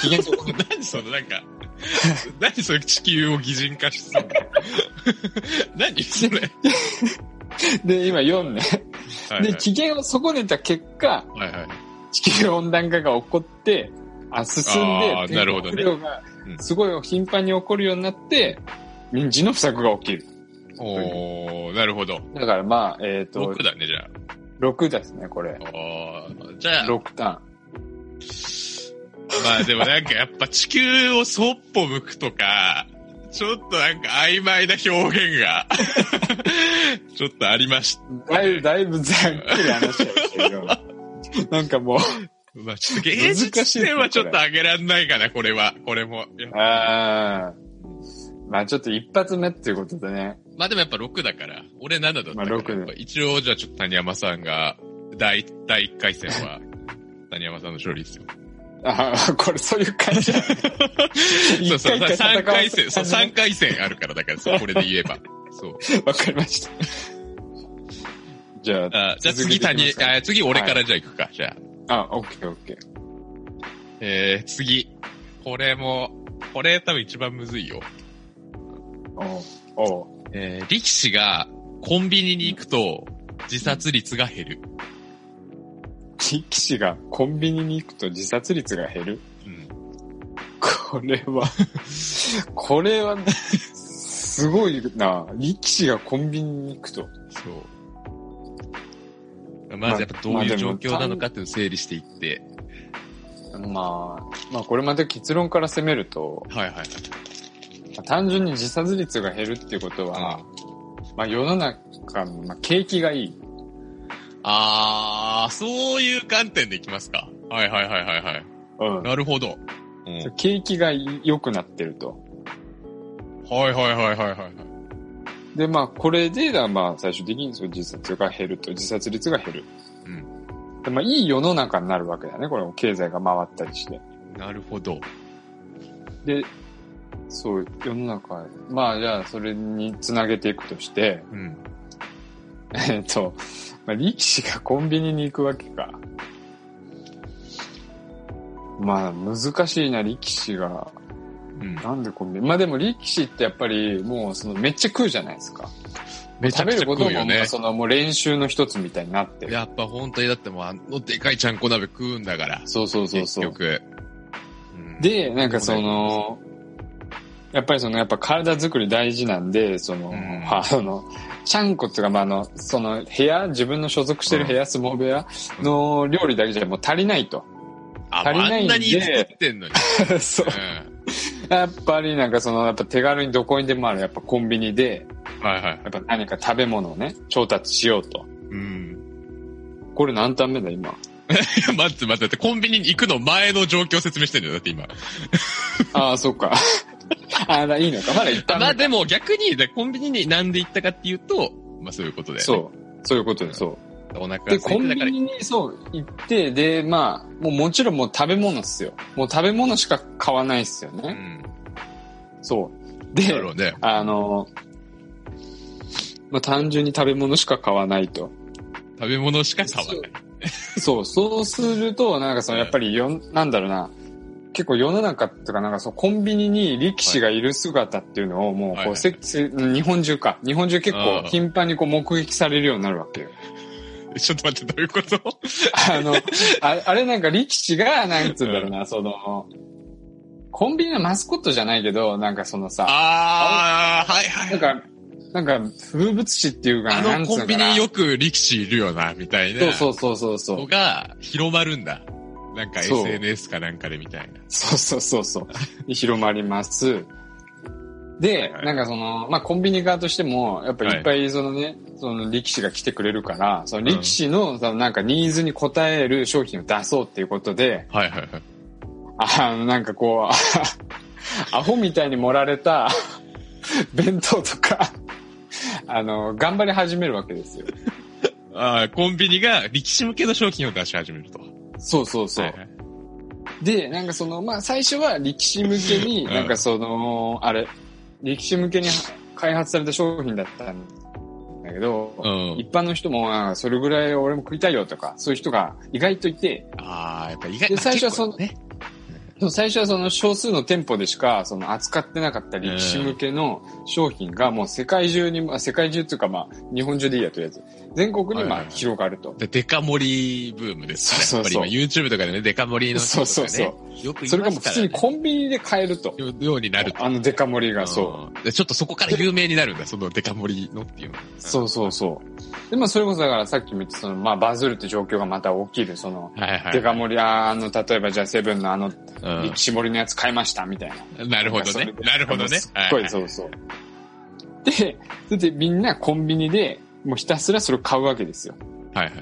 [SPEAKER 1] 機嫌損ね
[SPEAKER 2] 何その、なんか、 何それ地球を擬人化しそう な。何それ。
[SPEAKER 1] で、今4ね。
[SPEAKER 2] はいは
[SPEAKER 1] で、
[SPEAKER 2] い
[SPEAKER 1] 機嫌を損ねた結果、
[SPEAKER 2] はいはい。
[SPEAKER 1] 地球温暖化が起こって、あ進ん
[SPEAKER 2] あ
[SPEAKER 1] で、
[SPEAKER 2] ーなるほどね
[SPEAKER 1] 天候不良が
[SPEAKER 2] うん
[SPEAKER 1] すごい頻繁に起こるようになって、人事の不作が起きる。
[SPEAKER 2] おー、なるほど。
[SPEAKER 1] だからまあ、えっ、と
[SPEAKER 2] 6、だね、じゃ
[SPEAKER 1] 6ですね、これ。
[SPEAKER 2] あ。あーじゃあ、
[SPEAKER 1] 6タ
[SPEAKER 2] まあでもなんかやっぱ地球をそっぽ向くとか、ちょっとなんか曖昧な表現が、 ちょっとありました。
[SPEAKER 1] ーン。だいぶ、だいぶざっくり話しましたけ ど。なんかも
[SPEAKER 2] まあちょっと芸術点はちょっと上げらんないかな、これは。これも。
[SPEAKER 1] う、あーまあちょっと一発目っていうことでね。
[SPEAKER 2] まあでもやっぱ6だから、俺7だったから。
[SPEAKER 1] まあ六ね
[SPEAKER 2] 一応じゃあちょっと谷山さんが、第、第1回戦は、 谷山さんの勝利ですよ。
[SPEAKER 1] あーこれそういう感 じだね
[SPEAKER 2] そうそう、
[SPEAKER 1] 一回
[SPEAKER 2] 3
[SPEAKER 1] 一回
[SPEAKER 2] 回
[SPEAKER 1] 戦
[SPEAKER 2] 戦、そう、3回戦あるから、だからそうこれで言えば。そう。
[SPEAKER 1] わかりました。じゃあ、
[SPEAKER 2] あじゃあ
[SPEAKER 1] 続
[SPEAKER 2] 次
[SPEAKER 1] けていきま
[SPEAKER 2] 谷
[SPEAKER 1] す、か
[SPEAKER 2] あ次俺からじゃあ行くか、じゃあ。
[SPEAKER 1] あ、オッケーオッケー。
[SPEAKER 2] えー、次。これも、これ多分一番むずいよ。
[SPEAKER 1] おうおう
[SPEAKER 2] えー、力士がコンビニに行くと自殺率が減る。
[SPEAKER 1] 力士がコンビニに行くと自殺率が減る
[SPEAKER 2] うん。
[SPEAKER 1] これ は、これは、すごいな。力士がコンビニに行くと。
[SPEAKER 2] そう。
[SPEAKER 1] まあ
[SPEAKER 2] まずやっぱどういう状況なのかっていうのを整理していって。
[SPEAKER 1] まあ、まあこれまた結論から攻めると、
[SPEAKER 2] はいはいはい。
[SPEAKER 1] 単純に自殺率が減るっていうことは、まあ世の中の、まあ、景気がいい。
[SPEAKER 2] あー、そういう観点でいきますか。はいはいはいはいはい。
[SPEAKER 1] うん。
[SPEAKER 2] なるほど。うん。
[SPEAKER 1] 景気がい良くなってると。
[SPEAKER 2] はいはいはいはいはい。
[SPEAKER 1] で、まあ、これで、だからまあ、最終的にそう自殺が減ると、自殺率が減る。
[SPEAKER 2] うん。
[SPEAKER 1] で、まあ、いい世の中になるわけだね。これ、経済が回ったりして。
[SPEAKER 2] なるほど。
[SPEAKER 1] で、そう、世の中、まあ、じゃあ、それにつなげていくとして、
[SPEAKER 2] うん。
[SPEAKER 1] えっと、まあ、力士がコンビニに行くわけか。まあ、難しいな、力士が。
[SPEAKER 2] うん。
[SPEAKER 1] なんでコンビニまあでも力士ってやっぱり、もう、その、めっちゃ食うじゃないですか。
[SPEAKER 2] めちゃ
[SPEAKER 1] 食
[SPEAKER 2] く
[SPEAKER 1] べ
[SPEAKER 2] ちゃ
[SPEAKER 1] ること
[SPEAKER 2] 食うよ
[SPEAKER 1] も、
[SPEAKER 2] ね
[SPEAKER 1] まあ。その、もう練習の一つみたいになってる。
[SPEAKER 2] やっぱ本当にだってもうあのでかいちゃんこ鍋食うんだから。
[SPEAKER 1] そうそうそうそ
[SPEAKER 2] 結
[SPEAKER 1] う。
[SPEAKER 2] 局。うん、
[SPEAKER 1] で、なんかその、やっぱりその、やっぱ体作り大事なんで、その、
[SPEAKER 2] うん
[SPEAKER 1] まあ、あの、ちゃんこっていうか、まあ、あの、その部屋、自分の所属してる部屋、相撲部屋の料理だけじゃもう足りない と。
[SPEAKER 2] あ、
[SPEAKER 1] 足りないんで
[SPEAKER 2] あんなに作ってんのに。
[SPEAKER 1] そう
[SPEAKER 2] う。
[SPEAKER 1] やっぱりなんかその、やっぱ手軽にどこにでもある、やっぱコンビニで、
[SPEAKER 2] ん。はいはい。
[SPEAKER 1] やっぱ何か食べ物をね、調達しようと。
[SPEAKER 2] うん。
[SPEAKER 1] これ何ターン目だ、今。
[SPEAKER 2] いや、待って待って待って、コンビニに行くの前の状況説明してんだよ、だって今。
[SPEAKER 1] ああ、そっか。 ああ、いいのか。まだ一旦
[SPEAKER 2] まあでも逆に、でコンビニになんで行ったかっていうと、まあそういうことで、ね。
[SPEAKER 1] そう。そういうことで、そう。
[SPEAKER 2] う。お腹が空
[SPEAKER 1] で、
[SPEAKER 2] い
[SPEAKER 1] コン
[SPEAKER 2] て
[SPEAKER 1] ビ
[SPEAKER 2] たから。
[SPEAKER 1] ニにそう、行って、で、まあ、もうもちろんもう食べ物っすよ。もう食べ物しか買わないっすよ
[SPEAKER 2] う
[SPEAKER 1] ね。
[SPEAKER 2] ん。
[SPEAKER 1] そう。
[SPEAKER 2] だ
[SPEAKER 1] で、
[SPEAKER 2] ろうね。
[SPEAKER 1] あの、まあ単純に食べ物しか買わないと。
[SPEAKER 2] 食べ物しか買わない。
[SPEAKER 1] そう、そうすると、なんかその、やっぱりよ、なんだろうな、結構世の中っていうか、なんかそのコンビニに力士がいる姿っていうのをもう、こう、
[SPEAKER 2] はい
[SPEAKER 1] せせ日本中か。日本中結構
[SPEAKER 2] うん
[SPEAKER 1] 頻繁にこう目撃されるようになるわけよ。
[SPEAKER 2] ちょっと待って、どういうこと
[SPEAKER 1] あの、ああれなんか力士が、なんつうんだろうな、その、コンビニのマスコットじゃないけど、なんかそのさ、
[SPEAKER 2] あー、はいはい
[SPEAKER 1] なん。か、なんか風物詩っていうか、
[SPEAKER 2] あ
[SPEAKER 1] なん
[SPEAKER 2] の
[SPEAKER 1] つう
[SPEAKER 2] コ
[SPEAKER 1] の
[SPEAKER 2] ンビ
[SPEAKER 1] かな
[SPEAKER 2] ニよく力士いるよな、みたいな。
[SPEAKER 1] そうそうそうそうそ
[SPEAKER 2] の
[SPEAKER 1] う。
[SPEAKER 2] が広まるんだ。なんか
[SPEAKER 1] そう
[SPEAKER 2] SNS かなんかでみたいな。
[SPEAKER 1] そうそうそうそう。広まります。で、
[SPEAKER 2] はいはい
[SPEAKER 1] なんかその、まあ、コンビニ側としても、やっぱりいっぱいそのね、その力士が来てくれるから、その力士の、そのなんかニーズに応える商品を出そうっていうことで、
[SPEAKER 2] はいはいはい。
[SPEAKER 1] あの、なんかこう、 アホみたいに盛られた弁当とか、あの、頑張り始めるわけですよ。
[SPEAKER 2] ああ、コンビニが力士向けの商品を出し始めると。
[SPEAKER 1] そうそうそう。
[SPEAKER 2] はいはい
[SPEAKER 1] で、なんかその、まあ最初は力士向けに、
[SPEAKER 2] うん
[SPEAKER 1] なんかその、あれ、力士向けに開発された商品だったんだけど、
[SPEAKER 2] うん。
[SPEAKER 1] 一般の人も、あーそれぐらい俺も食いたいよとか、そういう人が意外といて、
[SPEAKER 2] ああ、やっぱ意外
[SPEAKER 1] で最初はその
[SPEAKER 2] 結構ね。
[SPEAKER 1] その最初はその少数の店舗でしか、その扱ってなかった力士向けの商品がもう世界中に、まあ世界中っていうかまあ日本中でいいやとりあえず、全国にま
[SPEAKER 2] はいはい
[SPEAKER 1] あ
[SPEAKER 2] はい
[SPEAKER 1] 広がると。
[SPEAKER 2] でデカ盛りブームですから、
[SPEAKER 1] そうそうそう
[SPEAKER 2] やっぱり今 YouTube とかでね、デカ盛りの人とか、ね。
[SPEAKER 1] そうそう
[SPEAKER 2] よく言いますから、ね。
[SPEAKER 1] それがもう普通にコンビニで買えると。
[SPEAKER 2] よようになると。
[SPEAKER 1] あのデカ盛りがそう。
[SPEAKER 2] うんでちょっとそこから有名になるんだ、そのデカ盛りのっていうの。
[SPEAKER 1] そうそうそう。で、まあ、それこそだからさっきも言った、その、まあ、バズるって状況がまた起きる、その、
[SPEAKER 2] はいはい。
[SPEAKER 1] デカ盛り、あーあの、例えばじゃあセブンのあの、
[SPEAKER 2] うん
[SPEAKER 1] 力士盛りのやつ買いました、みたいな。
[SPEAKER 2] なるほどね。なるほどね。
[SPEAKER 1] すっごい、そうそう。で、それでみんなコンビニで、もうひたすらそれを買うわけですよ。
[SPEAKER 2] はいはい。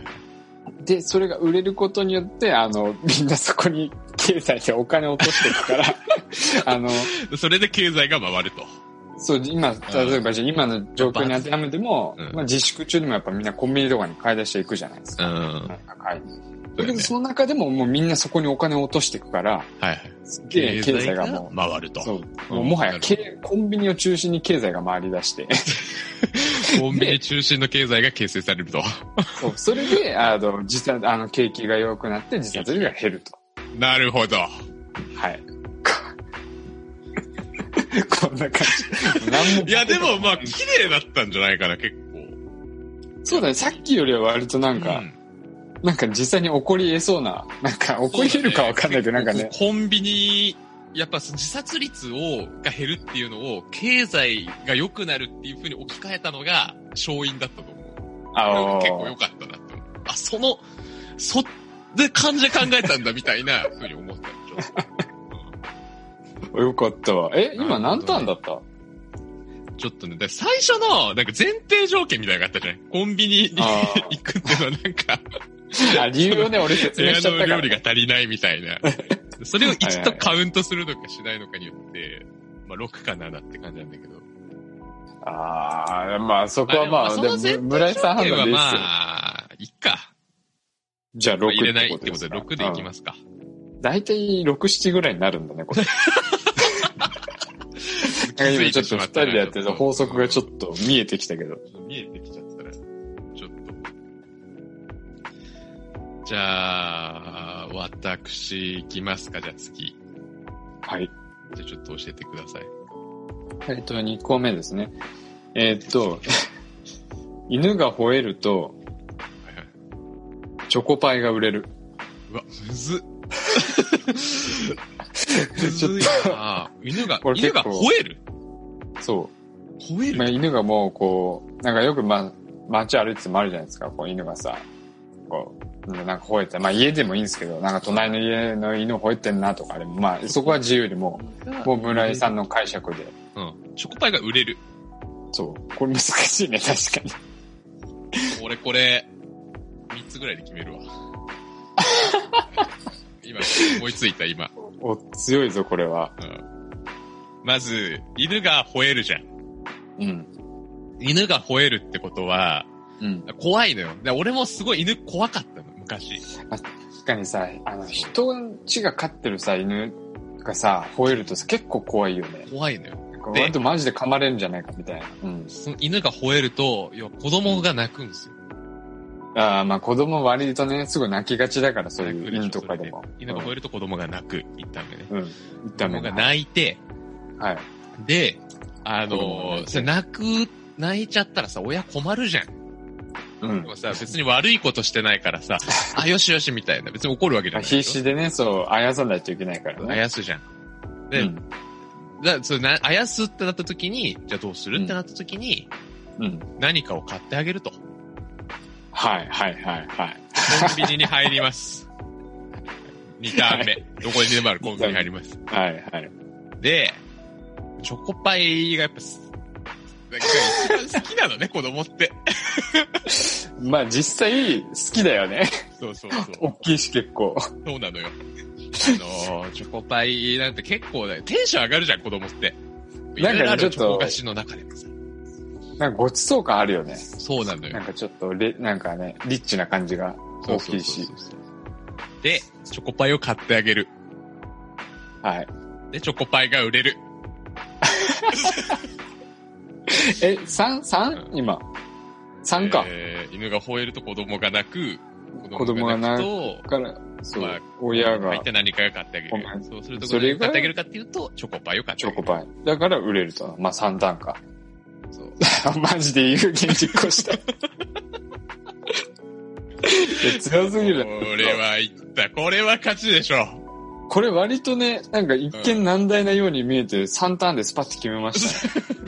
[SPEAKER 1] で、それが売れることによって、あの、みんなそこに、経済でお金を落としていくから、 あの、
[SPEAKER 2] それで経済が回ると。
[SPEAKER 1] そう、今、例えばじゃあ今の状況に当てはめても、
[SPEAKER 2] うん
[SPEAKER 1] まあ、自粛中でもやっぱみんなコンビニとかに買い出していくじゃないです
[SPEAKER 2] う
[SPEAKER 1] か。
[SPEAKER 2] ん。
[SPEAKER 1] なんか買いに。
[SPEAKER 2] そう
[SPEAKER 1] だけ
[SPEAKER 2] だよ
[SPEAKER 1] ど
[SPEAKER 2] ね
[SPEAKER 1] その中でももうみんなそこにお金を落としていくから、
[SPEAKER 2] はいはい。
[SPEAKER 1] すっげえ経済がも
[SPEAKER 2] 回る
[SPEAKER 1] う、
[SPEAKER 2] と。
[SPEAKER 1] そう、
[SPEAKER 2] うん
[SPEAKER 1] もうもはや
[SPEAKER 2] なるほど
[SPEAKER 1] 経コンビニを中心に経済が回り出して、
[SPEAKER 2] コンビニ中心の経済が形成されると。
[SPEAKER 1] そうそれで、あの、自殺、あの、景気が弱くなって自殺率が減ると。
[SPEAKER 2] なるほど。
[SPEAKER 1] はい。ここんな感じ。なんも
[SPEAKER 2] いや、でもまあ、綺麗だったんじゃないかな、結構。
[SPEAKER 1] そうだね、さっきよりは割となんか、
[SPEAKER 2] うん
[SPEAKER 1] なんか実際に起こり得そうな、なんか起こり得るかわかんないけど、なんかね、
[SPEAKER 2] コンビニ、やっぱ自殺率を、が減るっていうのを、経済が良くなるっていうふうに置き換えたのが、勝因だったと思う。
[SPEAKER 1] あ
[SPEAKER 2] なんか
[SPEAKER 1] の
[SPEAKER 2] 結構良かったなって思う。あ、その、そ、で、感じで考えたんだみたいな、 ふうに思ったよちょっ
[SPEAKER 1] よかったわ。え、今何ターンだった
[SPEAKER 2] と。ちょっとね、で最初の、なんか前提条件みたいなのがあったじゃないコンビニに
[SPEAKER 1] あ
[SPEAKER 2] 行くっていうのはなんか、
[SPEAKER 1] ーあ、理由をね、俺説
[SPEAKER 2] 部
[SPEAKER 1] 明
[SPEAKER 2] 屋
[SPEAKER 1] しちゃっ
[SPEAKER 2] の
[SPEAKER 1] たか
[SPEAKER 2] 料
[SPEAKER 1] ら
[SPEAKER 2] 理。が足りないみたいな。それを1とカウントするのかしないのかによって、まあ6か7って感じなんだけど。
[SPEAKER 1] ああ、まあそこはまあ、
[SPEAKER 2] で
[SPEAKER 1] で
[SPEAKER 2] も
[SPEAKER 1] も
[SPEAKER 2] その前提
[SPEAKER 1] 村井さん判
[SPEAKER 2] 条
[SPEAKER 1] 断で
[SPEAKER 2] 件
[SPEAKER 1] いいっ
[SPEAKER 2] は
[SPEAKER 1] すよ。
[SPEAKER 2] まあ、いっか。
[SPEAKER 1] じゃあ6
[SPEAKER 2] 入れないってことで6でい
[SPEAKER 1] すか。
[SPEAKER 2] きますか。
[SPEAKER 1] うん大体6、7ぐらいになるんだね、これ。なんか今ちょっと2人でやってた法則がちょっと見えてきたけど。
[SPEAKER 2] 見えてきちゃったら、ちょっと。じゃあ、私、行きますか、じゃあ次。
[SPEAKER 1] はい。
[SPEAKER 2] じゃあちょっと教えてください。
[SPEAKER 1] えっと、2個目ですね。えーっと、 犬が吠えると
[SPEAKER 2] はいはい、
[SPEAKER 1] チョコパイが売れる。
[SPEAKER 2] うわ、むずっ。む
[SPEAKER 1] ちょ
[SPEAKER 2] ず
[SPEAKER 1] っ
[SPEAKER 2] いな犬が
[SPEAKER 1] こ、れ
[SPEAKER 2] 犬
[SPEAKER 1] 結
[SPEAKER 2] が
[SPEAKER 1] 構
[SPEAKER 2] 吠える
[SPEAKER 1] と、そ
[SPEAKER 2] 吠
[SPEAKER 1] う。
[SPEAKER 2] える、
[SPEAKER 1] まあ、犬がもうこう、なんかよくまあ、街歩いててもあるじゃないですか、こう犬がさ、こう、なんか吠えて、まあ家でもいいんですけど、なんか隣の家の犬吠えてんなとか、でもまあそこは自由にもう、もう村井さんの解釈で。
[SPEAKER 2] うん。チョコパイが売れる。
[SPEAKER 1] そう。これ難しいね、確かに。
[SPEAKER 2] 俺これ、3つぐらいで決 めるわ。今、思いついた、今。
[SPEAKER 1] お、強いぞ、これは。
[SPEAKER 2] うん。まず、犬が吠えるじゃん。
[SPEAKER 1] うん。
[SPEAKER 2] 犬が吠えるってことは、
[SPEAKER 1] うん。
[SPEAKER 2] 怖いのよ。で俺もすごい犬怖かったの、昔。
[SPEAKER 1] 確かにさ、あの、人んちが飼ってるさ、犬がさ、吠えるとさ、結構怖いよね。
[SPEAKER 2] 怖いのよ。
[SPEAKER 1] なんか割とマジで噛まれるんじゃないか、みたいな。うん。
[SPEAKER 2] その犬が吠えると、要は子供が泣くんですよ。
[SPEAKER 1] ああ、まあ子供割とね、すぐ泣きがちだから、そうい
[SPEAKER 2] 泣
[SPEAKER 1] う
[SPEAKER 2] くでしょ
[SPEAKER 1] 犬とかでも
[SPEAKER 2] それ。犬が吠えると子供が泣く。一旦目ね。
[SPEAKER 1] うん。うん。ダメ
[SPEAKER 2] 子供が
[SPEAKER 1] だ。
[SPEAKER 2] 泣いて、
[SPEAKER 1] はい。
[SPEAKER 2] で、あ
[SPEAKER 1] 子供が
[SPEAKER 2] の
[SPEAKER 1] 泣いて
[SPEAKER 2] それ泣く、泣いちゃったらさ、親困るじゃん。
[SPEAKER 1] う
[SPEAKER 2] で
[SPEAKER 1] ん。
[SPEAKER 2] もさ、別に悪いことしてないから さ、あ、よしよしみたいな。別に怒るわけじ
[SPEAKER 1] ま
[SPEAKER 2] ゃ
[SPEAKER 1] あ
[SPEAKER 2] ない
[SPEAKER 1] 必
[SPEAKER 2] でしょ。
[SPEAKER 1] 死でね、そう、あやさないといけないから
[SPEAKER 2] あ
[SPEAKER 1] ね。
[SPEAKER 2] やすじゃん。
[SPEAKER 1] う
[SPEAKER 2] で、
[SPEAKER 1] ん。
[SPEAKER 2] だそれなあやすってなった時に、じゃあどうするってなった時に、
[SPEAKER 1] うん。
[SPEAKER 2] 何かを買ってあげると。
[SPEAKER 1] はい、はい、はい、はい。
[SPEAKER 2] コンビニに入 ります。2ターン目。どこにでもあるコンビニに入ります。
[SPEAKER 1] はい、はい。
[SPEAKER 2] で、チョコパイがやっぱ、だけど、一番好きなのね、子供って。
[SPEAKER 1] まあ実際、好きだよね。
[SPEAKER 2] そうそうそう。
[SPEAKER 1] 大きいし結構。
[SPEAKER 2] そうなのよ。あ のー、チョコパイなんて結構だよ。テンション上がるじゃん、子供って。
[SPEAKER 1] なんかね
[SPEAKER 2] いろいろある
[SPEAKER 1] ちょっと
[SPEAKER 2] チョコ菓子の中でもさ。
[SPEAKER 1] なんかごちそう感あるよね。
[SPEAKER 2] そうなの
[SPEAKER 1] な
[SPEAKER 2] よ
[SPEAKER 1] ん。かちょっとレ、なんかね、リッチな感じが大きいし
[SPEAKER 2] そう。そうそうそう。で、チョコパイを買ってあげる。
[SPEAKER 1] はい。
[SPEAKER 2] で、チョコパイが売れる。
[SPEAKER 1] え、3、3? 今。3か。
[SPEAKER 2] えー犬が吠えると子供が泣く。
[SPEAKER 1] 子供が泣く
[SPEAKER 2] と、
[SPEAKER 1] から、そう、
[SPEAKER 2] まあ
[SPEAKER 1] 親が
[SPEAKER 2] 入って何かが買ってあげ
[SPEAKER 1] ご
[SPEAKER 2] る
[SPEAKER 1] め。ん
[SPEAKER 2] そうすると、
[SPEAKER 1] それが
[SPEAKER 2] 買ってあげるかっていうと、チョコパイを買って
[SPEAKER 1] チ
[SPEAKER 2] あ
[SPEAKER 1] ョ
[SPEAKER 2] げ
[SPEAKER 1] コ
[SPEAKER 2] る。
[SPEAKER 1] パイ。だから売れると。まあ3段か。
[SPEAKER 2] そう。
[SPEAKER 1] マジで有言実行 した。いや強すぎる。
[SPEAKER 2] これは言った。これは勝ちでしょ。
[SPEAKER 1] これ割とね、なんか一見難題なように見えて、3ターンでスパッて決めましたね。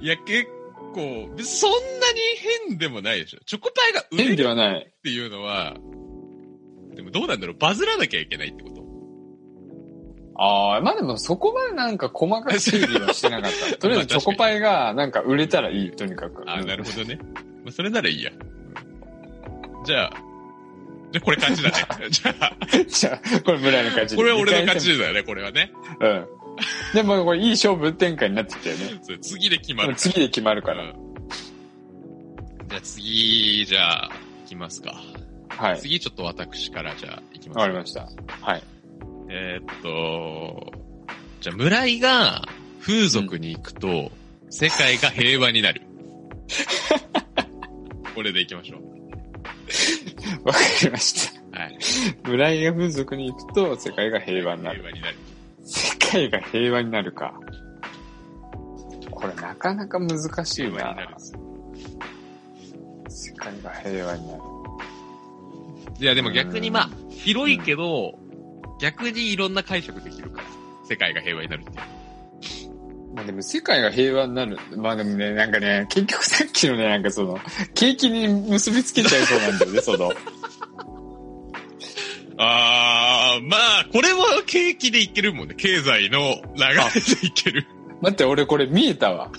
[SPEAKER 2] いや、結構、別にそんなに変でもないでしょ。チョコパイが売れ
[SPEAKER 1] 変
[SPEAKER 2] る
[SPEAKER 1] ではない。
[SPEAKER 2] っていうのは、でもどうなんだろうバズらなきゃいけないってこと
[SPEAKER 1] ああ、まあでもそこまでなんか細かく整理はしてなか った。とりあえずチョコパイがなんか売れたらいい、とにかく。
[SPEAKER 2] ああ、なるほどね。まあ、それならいいや。じゃあ、じゃあこれ 勝ちだね。じゃあ、
[SPEAKER 1] じゃあ、これぐらいの感じで。
[SPEAKER 2] これは俺の勝
[SPEAKER 1] 二
[SPEAKER 2] ちだよね、これはね。
[SPEAKER 1] 回戦。うん。でもこれいい勝負展開になってきたよね。
[SPEAKER 2] そう次で決まる
[SPEAKER 1] 次で決まるか
[SPEAKER 2] から。
[SPEAKER 1] ら。
[SPEAKER 2] うんじゃあ次、じゃあ、いきますか。
[SPEAKER 1] はい。
[SPEAKER 2] 次ちょっと私からじゃあ、いきます
[SPEAKER 1] わかりました。はい。
[SPEAKER 2] えーっと、じゃあ村井が風俗に行くと、世界が平和になる。 これで行きましょう。
[SPEAKER 1] わかりました。
[SPEAKER 2] はい。
[SPEAKER 1] 村井が風俗に行くと世界が平和になる。
[SPEAKER 2] 平和になる。
[SPEAKER 1] 世界が平和になるか。これなかなか難し
[SPEAKER 2] 平
[SPEAKER 1] い
[SPEAKER 2] 和になる
[SPEAKER 1] な。。世界が平和になる。
[SPEAKER 2] いや、でも逆にまあ、広いけど、逆にいろんな解釈できるから。世界が平和になるっていう。
[SPEAKER 1] まあでも世界が平和になる。まあでもね、なんかね、結局さっきのね、なんかその、景気に結びつけちゃいそうなんだよね、その。
[SPEAKER 2] あー、まあ、これは景気でいけるもんね。経済の流れでいける。
[SPEAKER 1] 待って、俺これ見えたわ。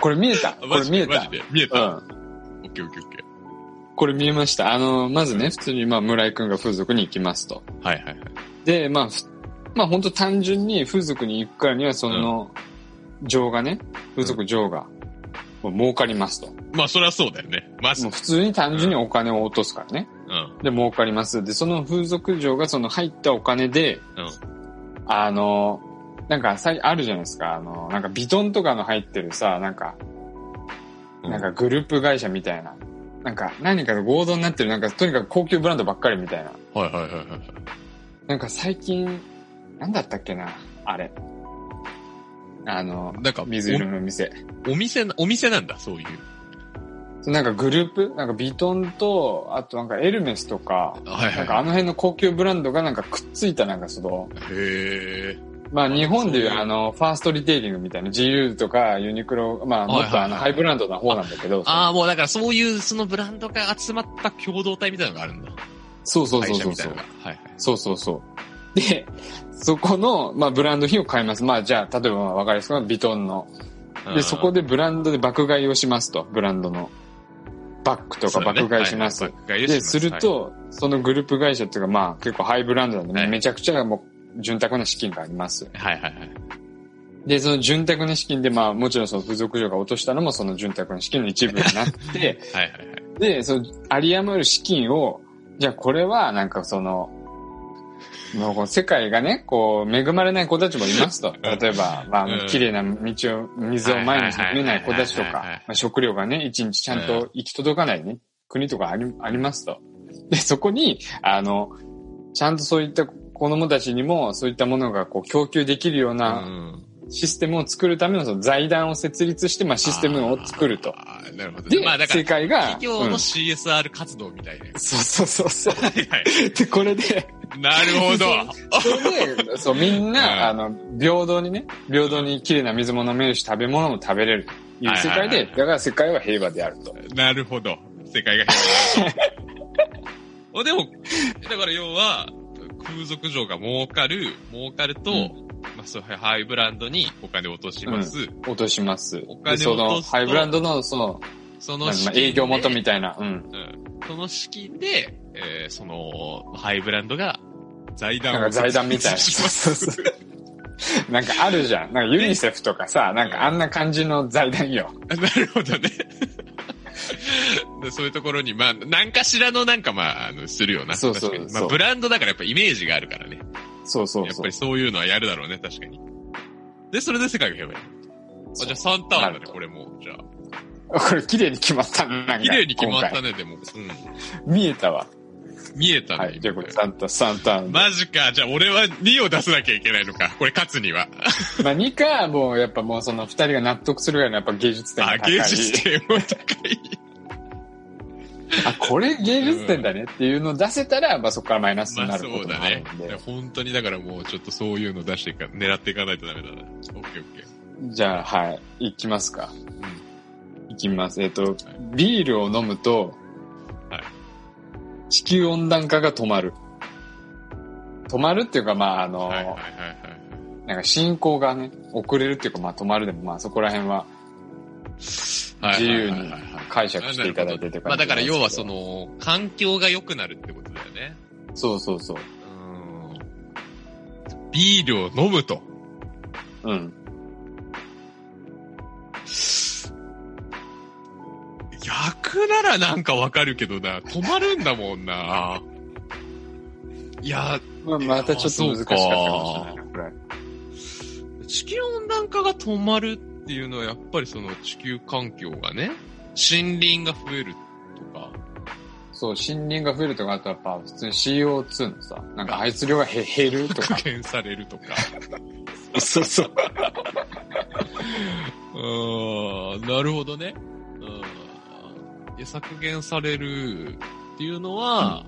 [SPEAKER 1] これ見えた。
[SPEAKER 2] あ
[SPEAKER 1] こ
[SPEAKER 2] マ
[SPEAKER 1] れ
[SPEAKER 2] ジ
[SPEAKER 1] 見
[SPEAKER 2] で
[SPEAKER 1] え
[SPEAKER 2] マジ
[SPEAKER 1] た。
[SPEAKER 2] で見え
[SPEAKER 1] う
[SPEAKER 2] た。
[SPEAKER 1] ん。
[SPEAKER 2] オッケーオッケーオッケ
[SPEAKER 1] これ見えました。あの、まずね、普通にまあ村井くんが風俗に行きますと。
[SPEAKER 2] ー。はいはいはい。
[SPEAKER 1] で、まあ、ふまあ本当単純に風俗に行くからには、その、情がね、風俗情が、もう儲かりますと。
[SPEAKER 2] まあ、そりゃそうだよね。まず、
[SPEAKER 1] もう普通に単純にお金を落とすからね。
[SPEAKER 2] うん。
[SPEAKER 1] で、儲かります。で、その風俗嬢がその入ったお金で、
[SPEAKER 2] うん
[SPEAKER 1] あの、なんかさ、あるじゃないですか。あの、なんかビトンとかの入ってるさ、なんか、なんかグループ会社みたいな。なんか、何かと合同になってる、なんかとにかく高級ブランドばっかりみたいな。
[SPEAKER 2] はいはいはいはい。
[SPEAKER 1] なんか最近、なんだったっけな、あれ。あの、
[SPEAKER 2] なんか、
[SPEAKER 1] 水色の店。
[SPEAKER 2] おお店な、お店なんだ、そういう。
[SPEAKER 1] そうなんかグループなんかビトンと、あとなんかエルメスとか、
[SPEAKER 2] はい
[SPEAKER 1] なんかあ
[SPEAKER 2] は
[SPEAKER 1] の辺の高級ブランドがなんかくっついたなんかその、
[SPEAKER 2] い。へー。
[SPEAKER 1] まあ日本でいう
[SPEAKER 2] そういう
[SPEAKER 1] あの、ファーストリテイリングみたいな GU とかユニクロ、まあもっとあの
[SPEAKER 2] はいはいはい
[SPEAKER 1] ハイブランドな方なんだけど、
[SPEAKER 2] ああ、もうだからそういう、そのブランドが集まった共同体みたいなのがあるんだ。
[SPEAKER 1] そうそうそう
[SPEAKER 2] 会社
[SPEAKER 1] そう
[SPEAKER 2] みたい
[SPEAKER 1] そ
[SPEAKER 2] な
[SPEAKER 1] う
[SPEAKER 2] の。が。はいはい。
[SPEAKER 1] そうそうそう。で、そこの、まあブランド品を買います。まあじゃあ、例えばわかりやすくビトンの。
[SPEAKER 2] う
[SPEAKER 1] で、
[SPEAKER 2] ん
[SPEAKER 1] そこでブランドで爆買いをしますと、ブランドの。バッグとか
[SPEAKER 2] そうだね
[SPEAKER 1] 爆買いします。
[SPEAKER 2] はいはい爆買いをし
[SPEAKER 1] で、
[SPEAKER 2] ます
[SPEAKER 1] すると、そのグループ会社っていうか、まあ結構ハイブランドなんで、
[SPEAKER 2] はい
[SPEAKER 1] めちゃくちゃもう潤沢な資金があります。
[SPEAKER 2] はいはいはい。
[SPEAKER 1] で、その潤沢な資金で、まあもちろんその付属嬢が落としたのもその潤沢な資金の一部になって、
[SPEAKER 2] はいはいはい。
[SPEAKER 1] で、その有り余る資金を、じゃあこれはなんかその、もうこう世界がね、こう恵まれない子たちもいますと。例えば、ま
[SPEAKER 2] うん
[SPEAKER 1] あ、綺麗な道を、水を毎日飲めない子たちと
[SPEAKER 2] はいはいはいはいはい
[SPEAKER 1] か、まあ食料がね、一日ちゃんと行き届かないね、国とかありありますと。で、そこに、あの、ちゃんとそういった子供たちにも、そういったものがこう供給できるような
[SPEAKER 2] うん
[SPEAKER 1] システムを作るためのその財団を設立して、まあシステムを作ると。
[SPEAKER 2] あーなるほど。
[SPEAKER 1] で、
[SPEAKER 2] まあだから
[SPEAKER 1] 世、界が、
[SPEAKER 2] 企業
[SPEAKER 1] う
[SPEAKER 2] の
[SPEAKER 1] ん
[SPEAKER 2] CSR 活動みたいなやつ。
[SPEAKER 1] そうそうそうそう。
[SPEAKER 2] はいはい。
[SPEAKER 1] で、これ で、
[SPEAKER 2] なるほど。
[SPEAKER 1] それで、そう、みんな、あの、平等にね、平等に綺麗な水も飲めるし、食べ物も食べれるという世界
[SPEAKER 2] はいはい
[SPEAKER 1] で、
[SPEAKER 2] は
[SPEAKER 1] だ
[SPEAKER 2] い
[SPEAKER 1] から世界は平和であると。
[SPEAKER 2] なるほど。世界が変わ る。でも、だから要は、風俗嬢が儲かる、儲かると、まあそういうハイブランドにお金を落とします。
[SPEAKER 1] 落とします
[SPEAKER 2] お。金
[SPEAKER 1] で、
[SPEAKER 2] を
[SPEAKER 1] そ
[SPEAKER 2] 落
[SPEAKER 1] の、
[SPEAKER 2] とすと
[SPEAKER 1] ハイブランドの、その、
[SPEAKER 2] そ
[SPEAKER 1] ま
[SPEAKER 2] の
[SPEAKER 1] あ
[SPEAKER 2] 資金で
[SPEAKER 1] 営業元みたいな、うん。
[SPEAKER 2] うんその資金で、えーその、ハイブランドが財団
[SPEAKER 1] なんか財団み たいな。
[SPEAKER 2] します
[SPEAKER 1] そうそうなんかあるじゃん。なんかユニセフとかさ、なんかあんな感じの財団よ。
[SPEAKER 2] なるほどね。 でそういうところに、まあ、何かしらのなんか、まあ、あの、するよな。
[SPEAKER 1] そうそう
[SPEAKER 2] 確かに
[SPEAKER 1] そ
[SPEAKER 2] まあ、
[SPEAKER 1] う
[SPEAKER 2] ブランドだからやっぱイメージがあるからね。
[SPEAKER 1] そうそう
[SPEAKER 2] やっ
[SPEAKER 1] そう
[SPEAKER 2] ぱり。そういうのはやるだろうね、確かに。で、それで世界が平和にあ、
[SPEAKER 1] そう
[SPEAKER 2] じゃあ3ターン
[SPEAKER 1] な
[SPEAKER 2] だ
[SPEAKER 1] る
[SPEAKER 2] ね、
[SPEAKER 1] と
[SPEAKER 2] これもう。じゃ あ。
[SPEAKER 1] これ綺麗に決まったねなんか
[SPEAKER 2] 綺麗に決まった
[SPEAKER 1] 今
[SPEAKER 2] ね、でも。うん。
[SPEAKER 1] 回見えたわ。
[SPEAKER 2] 見えたね。
[SPEAKER 1] はい。じゃあこれ
[SPEAKER 2] 今
[SPEAKER 1] 3ターン、3ターン。ま
[SPEAKER 2] マジか。じゃあ俺は2を出さなきゃいけないのか。これ勝つ には。
[SPEAKER 1] あ2か、もうやっぱもうその2人が納得するぐらいのやっぱ芸術点が
[SPEAKER 2] あ、
[SPEAKER 1] 高い。
[SPEAKER 2] 芸術点も高い。
[SPEAKER 1] あ、これ芸術点だねっていうのを出せたら、まあそこからマイナスに
[SPEAKER 2] ま
[SPEAKER 1] な
[SPEAKER 2] あ
[SPEAKER 1] る
[SPEAKER 2] そ
[SPEAKER 1] こ
[SPEAKER 2] う
[SPEAKER 1] と
[SPEAKER 2] だ
[SPEAKER 1] もある
[SPEAKER 2] ね
[SPEAKER 1] んで。。
[SPEAKER 2] 本当にだからもうちょっとそういうの出していか、狙っていかないとダメだな。オッケーオッケー。
[SPEAKER 1] じゃあ、はい。いきますか。いきます。えっ、と、ビールを飲むと、
[SPEAKER 2] はい
[SPEAKER 1] 地球温暖化が止まる。止まるっていうか、まあ、あの、
[SPEAKER 2] はいはいはいはい。
[SPEAKER 1] なんか進行がね、遅れるっていうか、まあ、止まるでも、まあ、そこら辺は自由に解釈していただいてっていう
[SPEAKER 2] ま
[SPEAKER 1] 感じな
[SPEAKER 2] あだか
[SPEAKER 1] ん
[SPEAKER 2] ら
[SPEAKER 1] ですけど
[SPEAKER 2] 要はそ、の、環境が良くなるってことだよね。
[SPEAKER 1] そうそうそう。
[SPEAKER 2] うん。ビールを飲むと。
[SPEAKER 1] うん。
[SPEAKER 2] 逆ならなんかわかるけどな、止まるんだもんな。いや、
[SPEAKER 1] まあ、またちょっと難しかったかもしれないな、これ。
[SPEAKER 2] 地球温暖化が止まるっていうのはやっぱりその地球環境がね、森林が増えるとか、
[SPEAKER 1] そう、森林が増えるとか、あとやっぱ、普通に CO2 のさ、なんか排出量がへ減るとか
[SPEAKER 2] 加。減されるとか。
[SPEAKER 1] そうそう。
[SPEAKER 2] うーん、なるほどね。うん。いや削減されるっていうのは、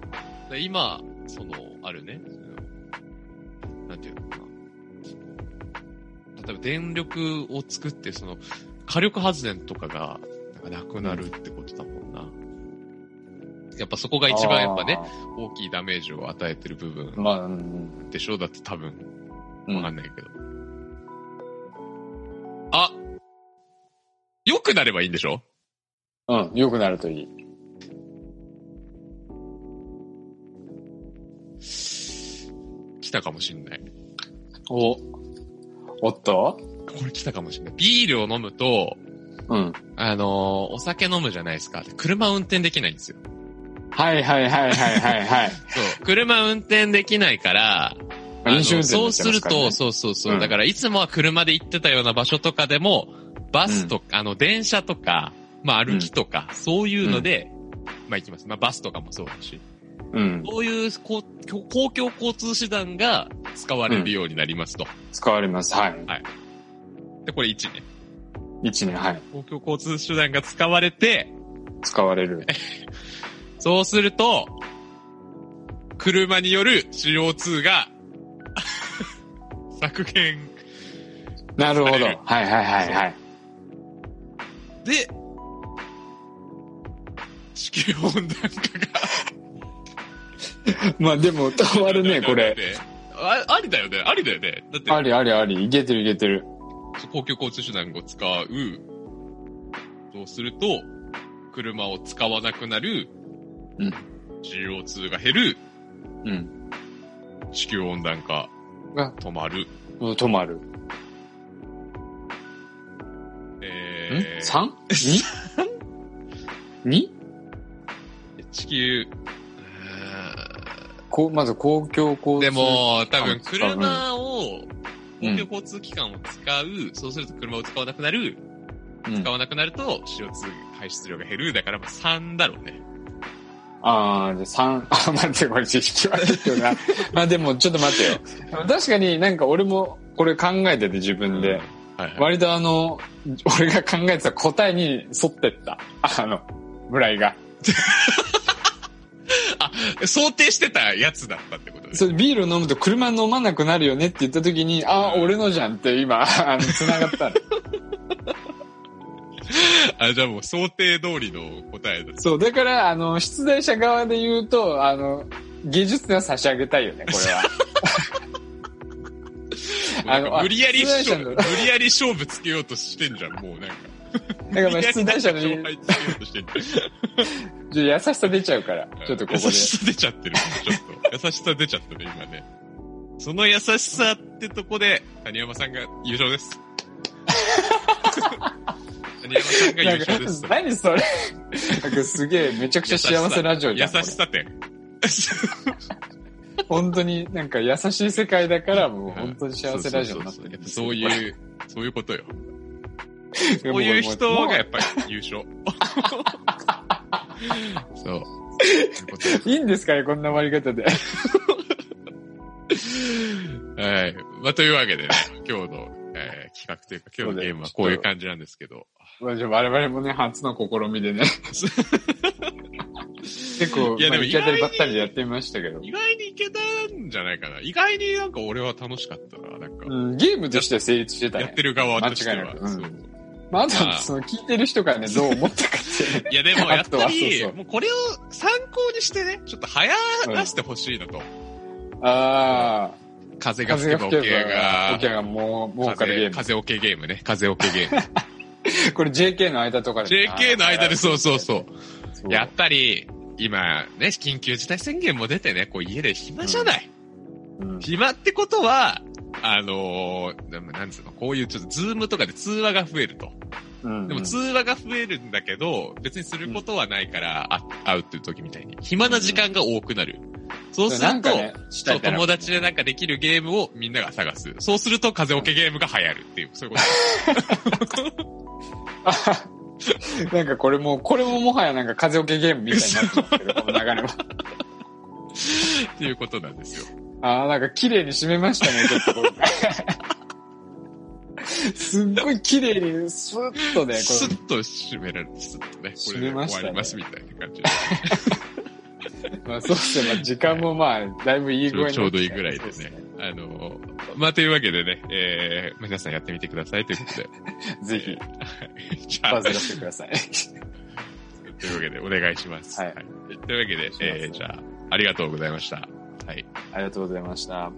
[SPEAKER 2] で今、その、あるね、そのなんていうのかな。その例えば電力を作って、その、火力発電とかが、なんかなくなるってことだもんな。やっぱそこが一番やっぱね、大きいダメージを与えてる部
[SPEAKER 1] あー。
[SPEAKER 2] 分
[SPEAKER 1] まあ、うん。
[SPEAKER 2] でしょだって多分、
[SPEAKER 1] う
[SPEAKER 2] わか
[SPEAKER 1] ん
[SPEAKER 2] んないけど。あ良くなればいいんでしょ
[SPEAKER 1] うん、良くなるといい。
[SPEAKER 2] 来たかもしんない。
[SPEAKER 1] お。おっと
[SPEAKER 2] これ来たかもしんない。ビールを飲むと、
[SPEAKER 1] うん。
[SPEAKER 2] あのーお酒飲むじゃないですか。で車運転できないんですよ。
[SPEAKER 1] はいはいはいはいはい はい。
[SPEAKER 2] そう。車運転できないから、
[SPEAKER 1] まあ飲酒運転
[SPEAKER 2] そ
[SPEAKER 1] にな
[SPEAKER 2] う
[SPEAKER 1] っち
[SPEAKER 2] す
[SPEAKER 1] ゃいま
[SPEAKER 2] る
[SPEAKER 1] からね
[SPEAKER 2] と、そうそうそう。
[SPEAKER 1] うん
[SPEAKER 2] だから、いつもは車で行ってたような場所とかでも、バスとか、あの、電車とか、まあ、歩きとか、そういうので、まあ、行きます。まあ、バスとかもそうだし。
[SPEAKER 1] うん。
[SPEAKER 2] そういうこう公公共交通手段が使われるようになりますと。
[SPEAKER 1] 使われます。はい。
[SPEAKER 2] で、これ1ね。
[SPEAKER 1] 1年、はい。
[SPEAKER 2] 公共交通手段が使われて、
[SPEAKER 1] 使われ る。
[SPEAKER 2] そうすると、車による CO2 が 削減
[SPEAKER 1] なるほど。
[SPEAKER 2] され
[SPEAKER 1] はい
[SPEAKER 2] る
[SPEAKER 1] はいはいはい。
[SPEAKER 2] で、地球温暖化が。
[SPEAKER 1] まあでも、止ま るね、これ。。
[SPEAKER 2] あありだよね、ありだよね。だって、
[SPEAKER 1] ありありあり。いけてるいけてる。
[SPEAKER 2] 公共交通手段を使う、そうすると、車を使わなくなる、
[SPEAKER 1] うん
[SPEAKER 2] CO2 が減る、
[SPEAKER 1] うん。
[SPEAKER 2] 地球温暖化
[SPEAKER 1] が
[SPEAKER 2] 止まる。
[SPEAKER 1] うん止まる。ん
[SPEAKER 2] えー、
[SPEAKER 1] ?3?2?2?
[SPEAKER 2] 地球、
[SPEAKER 1] こう、まず公共交通。
[SPEAKER 2] で、も、多
[SPEAKER 1] う
[SPEAKER 2] 分
[SPEAKER 1] ん
[SPEAKER 2] 車を、
[SPEAKER 1] う
[SPEAKER 2] 公
[SPEAKER 1] ん
[SPEAKER 2] 共交通機関を使う、そうすると車を使わなくなる、
[SPEAKER 1] うん
[SPEAKER 2] 使、わなくなると CO2 排出量が減る、だからまあ3だろうね。
[SPEAKER 1] ああ、じゃあ3、あ、 待って、これ、引き分ける よな。まあでも、ちょっと待ってよ。でも確かになんか俺も、これ考えてて自分で。
[SPEAKER 2] はいはい。
[SPEAKER 1] 割とあの、俺が考えてた答えに沿ってった。あの、村井が。
[SPEAKER 2] 想定してたやつだったってことです
[SPEAKER 1] それビール飲むと車飲まなくなるよねって言った時に、ああ、俺のじゃんって今、あの、繋がったの。
[SPEAKER 2] あ、じゃあもう想定通りの答えだ。
[SPEAKER 1] そう、だから、あの、出題者側で言うと、あの、芸術点は差し上げたいよね、これは。
[SPEAKER 2] なん
[SPEAKER 1] あの
[SPEAKER 2] か
[SPEAKER 1] あ
[SPEAKER 2] 無理やり
[SPEAKER 1] 出題
[SPEAKER 2] 勝
[SPEAKER 1] 者
[SPEAKER 2] 負、
[SPEAKER 1] の
[SPEAKER 2] 無理やり勝負つけようとしてんじゃん、 もうなんか。
[SPEAKER 1] だからま
[SPEAKER 2] 無
[SPEAKER 1] あ
[SPEAKER 2] 理やり
[SPEAKER 1] 出題者の
[SPEAKER 2] 勝敗つけようとしてんじゃん。
[SPEAKER 1] ちょっと優しさ出ちゃうから、ちょっとここ で
[SPEAKER 2] 優。しさ出ちゃってる。ちょっと。優しさ出ちゃったね、今ね。その優しさってとこで、谷山さんが優勝です。
[SPEAKER 1] なん
[SPEAKER 2] 谷山さんが優勝です。
[SPEAKER 1] か何それ なんかすげえ、めちゃくちゃ幸せラジオじゃん。
[SPEAKER 2] 優しさって。
[SPEAKER 1] これ本当になんか優しい世界だから、もう本当に幸せラジオになって
[SPEAKER 2] そうそうそうや
[SPEAKER 1] る
[SPEAKER 2] っ。ぱそう
[SPEAKER 1] う、
[SPEAKER 2] いう、そういうことよ。こういう人がやっぱり優勝。 そう。そういうことよ
[SPEAKER 1] いいんですかね、こんな終わり方で。
[SPEAKER 2] はい。まあ、というわけで、ね、今日の、えー企画というか今日のゲームはこういう感じなんですけど。
[SPEAKER 1] まあじゃあ我々もね、初の試み でね。結構、
[SPEAKER 2] いやで
[SPEAKER 1] ま
[SPEAKER 2] も
[SPEAKER 1] あ行き当たりばったりでやってみましたけど。
[SPEAKER 2] 意外にいけたんじゃないかな。意外になんか俺は楽しかったな。なんか、
[SPEAKER 1] うん、ゲームとしては成立してた
[SPEAKER 2] や
[SPEAKER 1] ね
[SPEAKER 2] っ。てる側として
[SPEAKER 1] 間
[SPEAKER 2] は
[SPEAKER 1] 違い。なくうん
[SPEAKER 2] そう
[SPEAKER 1] まあ、あと
[SPEAKER 2] まあ
[SPEAKER 1] はその聞いてる人 がね、どう思ったかっていうね。
[SPEAKER 2] いやでもやっぱ
[SPEAKER 1] あとはそう
[SPEAKER 2] り
[SPEAKER 1] そ、う
[SPEAKER 2] もうこれを参考にしてね、ちょっと流行らせてほしいなと。
[SPEAKER 1] あ あ、
[SPEAKER 2] 風が吹
[SPEAKER 1] 風が
[SPEAKER 2] けば
[SPEAKER 1] 吹
[SPEAKER 2] OK
[SPEAKER 1] けば、
[SPEAKER 2] が
[SPEAKER 1] オ、ケがもう、もうかるゲ
[SPEAKER 2] 風、
[SPEAKER 1] ーム。
[SPEAKER 2] 風 OK ゲームね。風 OK ゲーム。
[SPEAKER 1] これ JK の間とかで。
[SPEAKER 2] JK の間でそうそうそう。
[SPEAKER 1] そう
[SPEAKER 2] やっぱり、今ね、緊急事態宣言も出てね、こう家で暇じゃな
[SPEAKER 1] う
[SPEAKER 2] い。
[SPEAKER 1] ん
[SPEAKER 2] 暇ってことは、あのー、でもなんつうの、こういうちょっとズームとかで通話が増えると。
[SPEAKER 1] うん
[SPEAKER 2] でも通話が増えるんだけど、別にすることはないから、あ会うっていう時みたいに。暇な時間が多くなる。そうす
[SPEAKER 1] な
[SPEAKER 2] る
[SPEAKER 1] ん
[SPEAKER 2] と、
[SPEAKER 1] かね、
[SPEAKER 2] そう友達
[SPEAKER 1] で。
[SPEAKER 2] でなんかできるゲームをみんなが探す。そうすると風桶ゲームが流行るっていう、そういうこと。
[SPEAKER 1] なんかこれもう、これももはやなんか風受けゲームみたいになってますけど、この流 れも。
[SPEAKER 2] っていうこと なんですよ。
[SPEAKER 1] ああ、なんか綺麗に締めましたね、ちょっとこれ。すっごい綺麗に、スーッとね、
[SPEAKER 2] スッと締められて、スッとね、これで
[SPEAKER 1] 締めました
[SPEAKER 2] 終わ
[SPEAKER 1] ね
[SPEAKER 2] りますみたいな感じ
[SPEAKER 1] これ、まあ、そうですね、まあ、時間もまあ、だいぶいい具合
[SPEAKER 2] で。
[SPEAKER 1] に
[SPEAKER 2] ちょうどいいぐらいで
[SPEAKER 1] そうっす
[SPEAKER 2] ね。。あの、まあ、というわけでね、えー、皆さんやってみてくださいということで。
[SPEAKER 1] ぜひ、
[SPEAKER 2] じゃあ
[SPEAKER 1] バズらせてください。
[SPEAKER 2] というわけで、お願いします。
[SPEAKER 1] はい
[SPEAKER 2] というわけで、えー、じゃあ、ありがとうございました。はい。
[SPEAKER 1] ありがとうございました。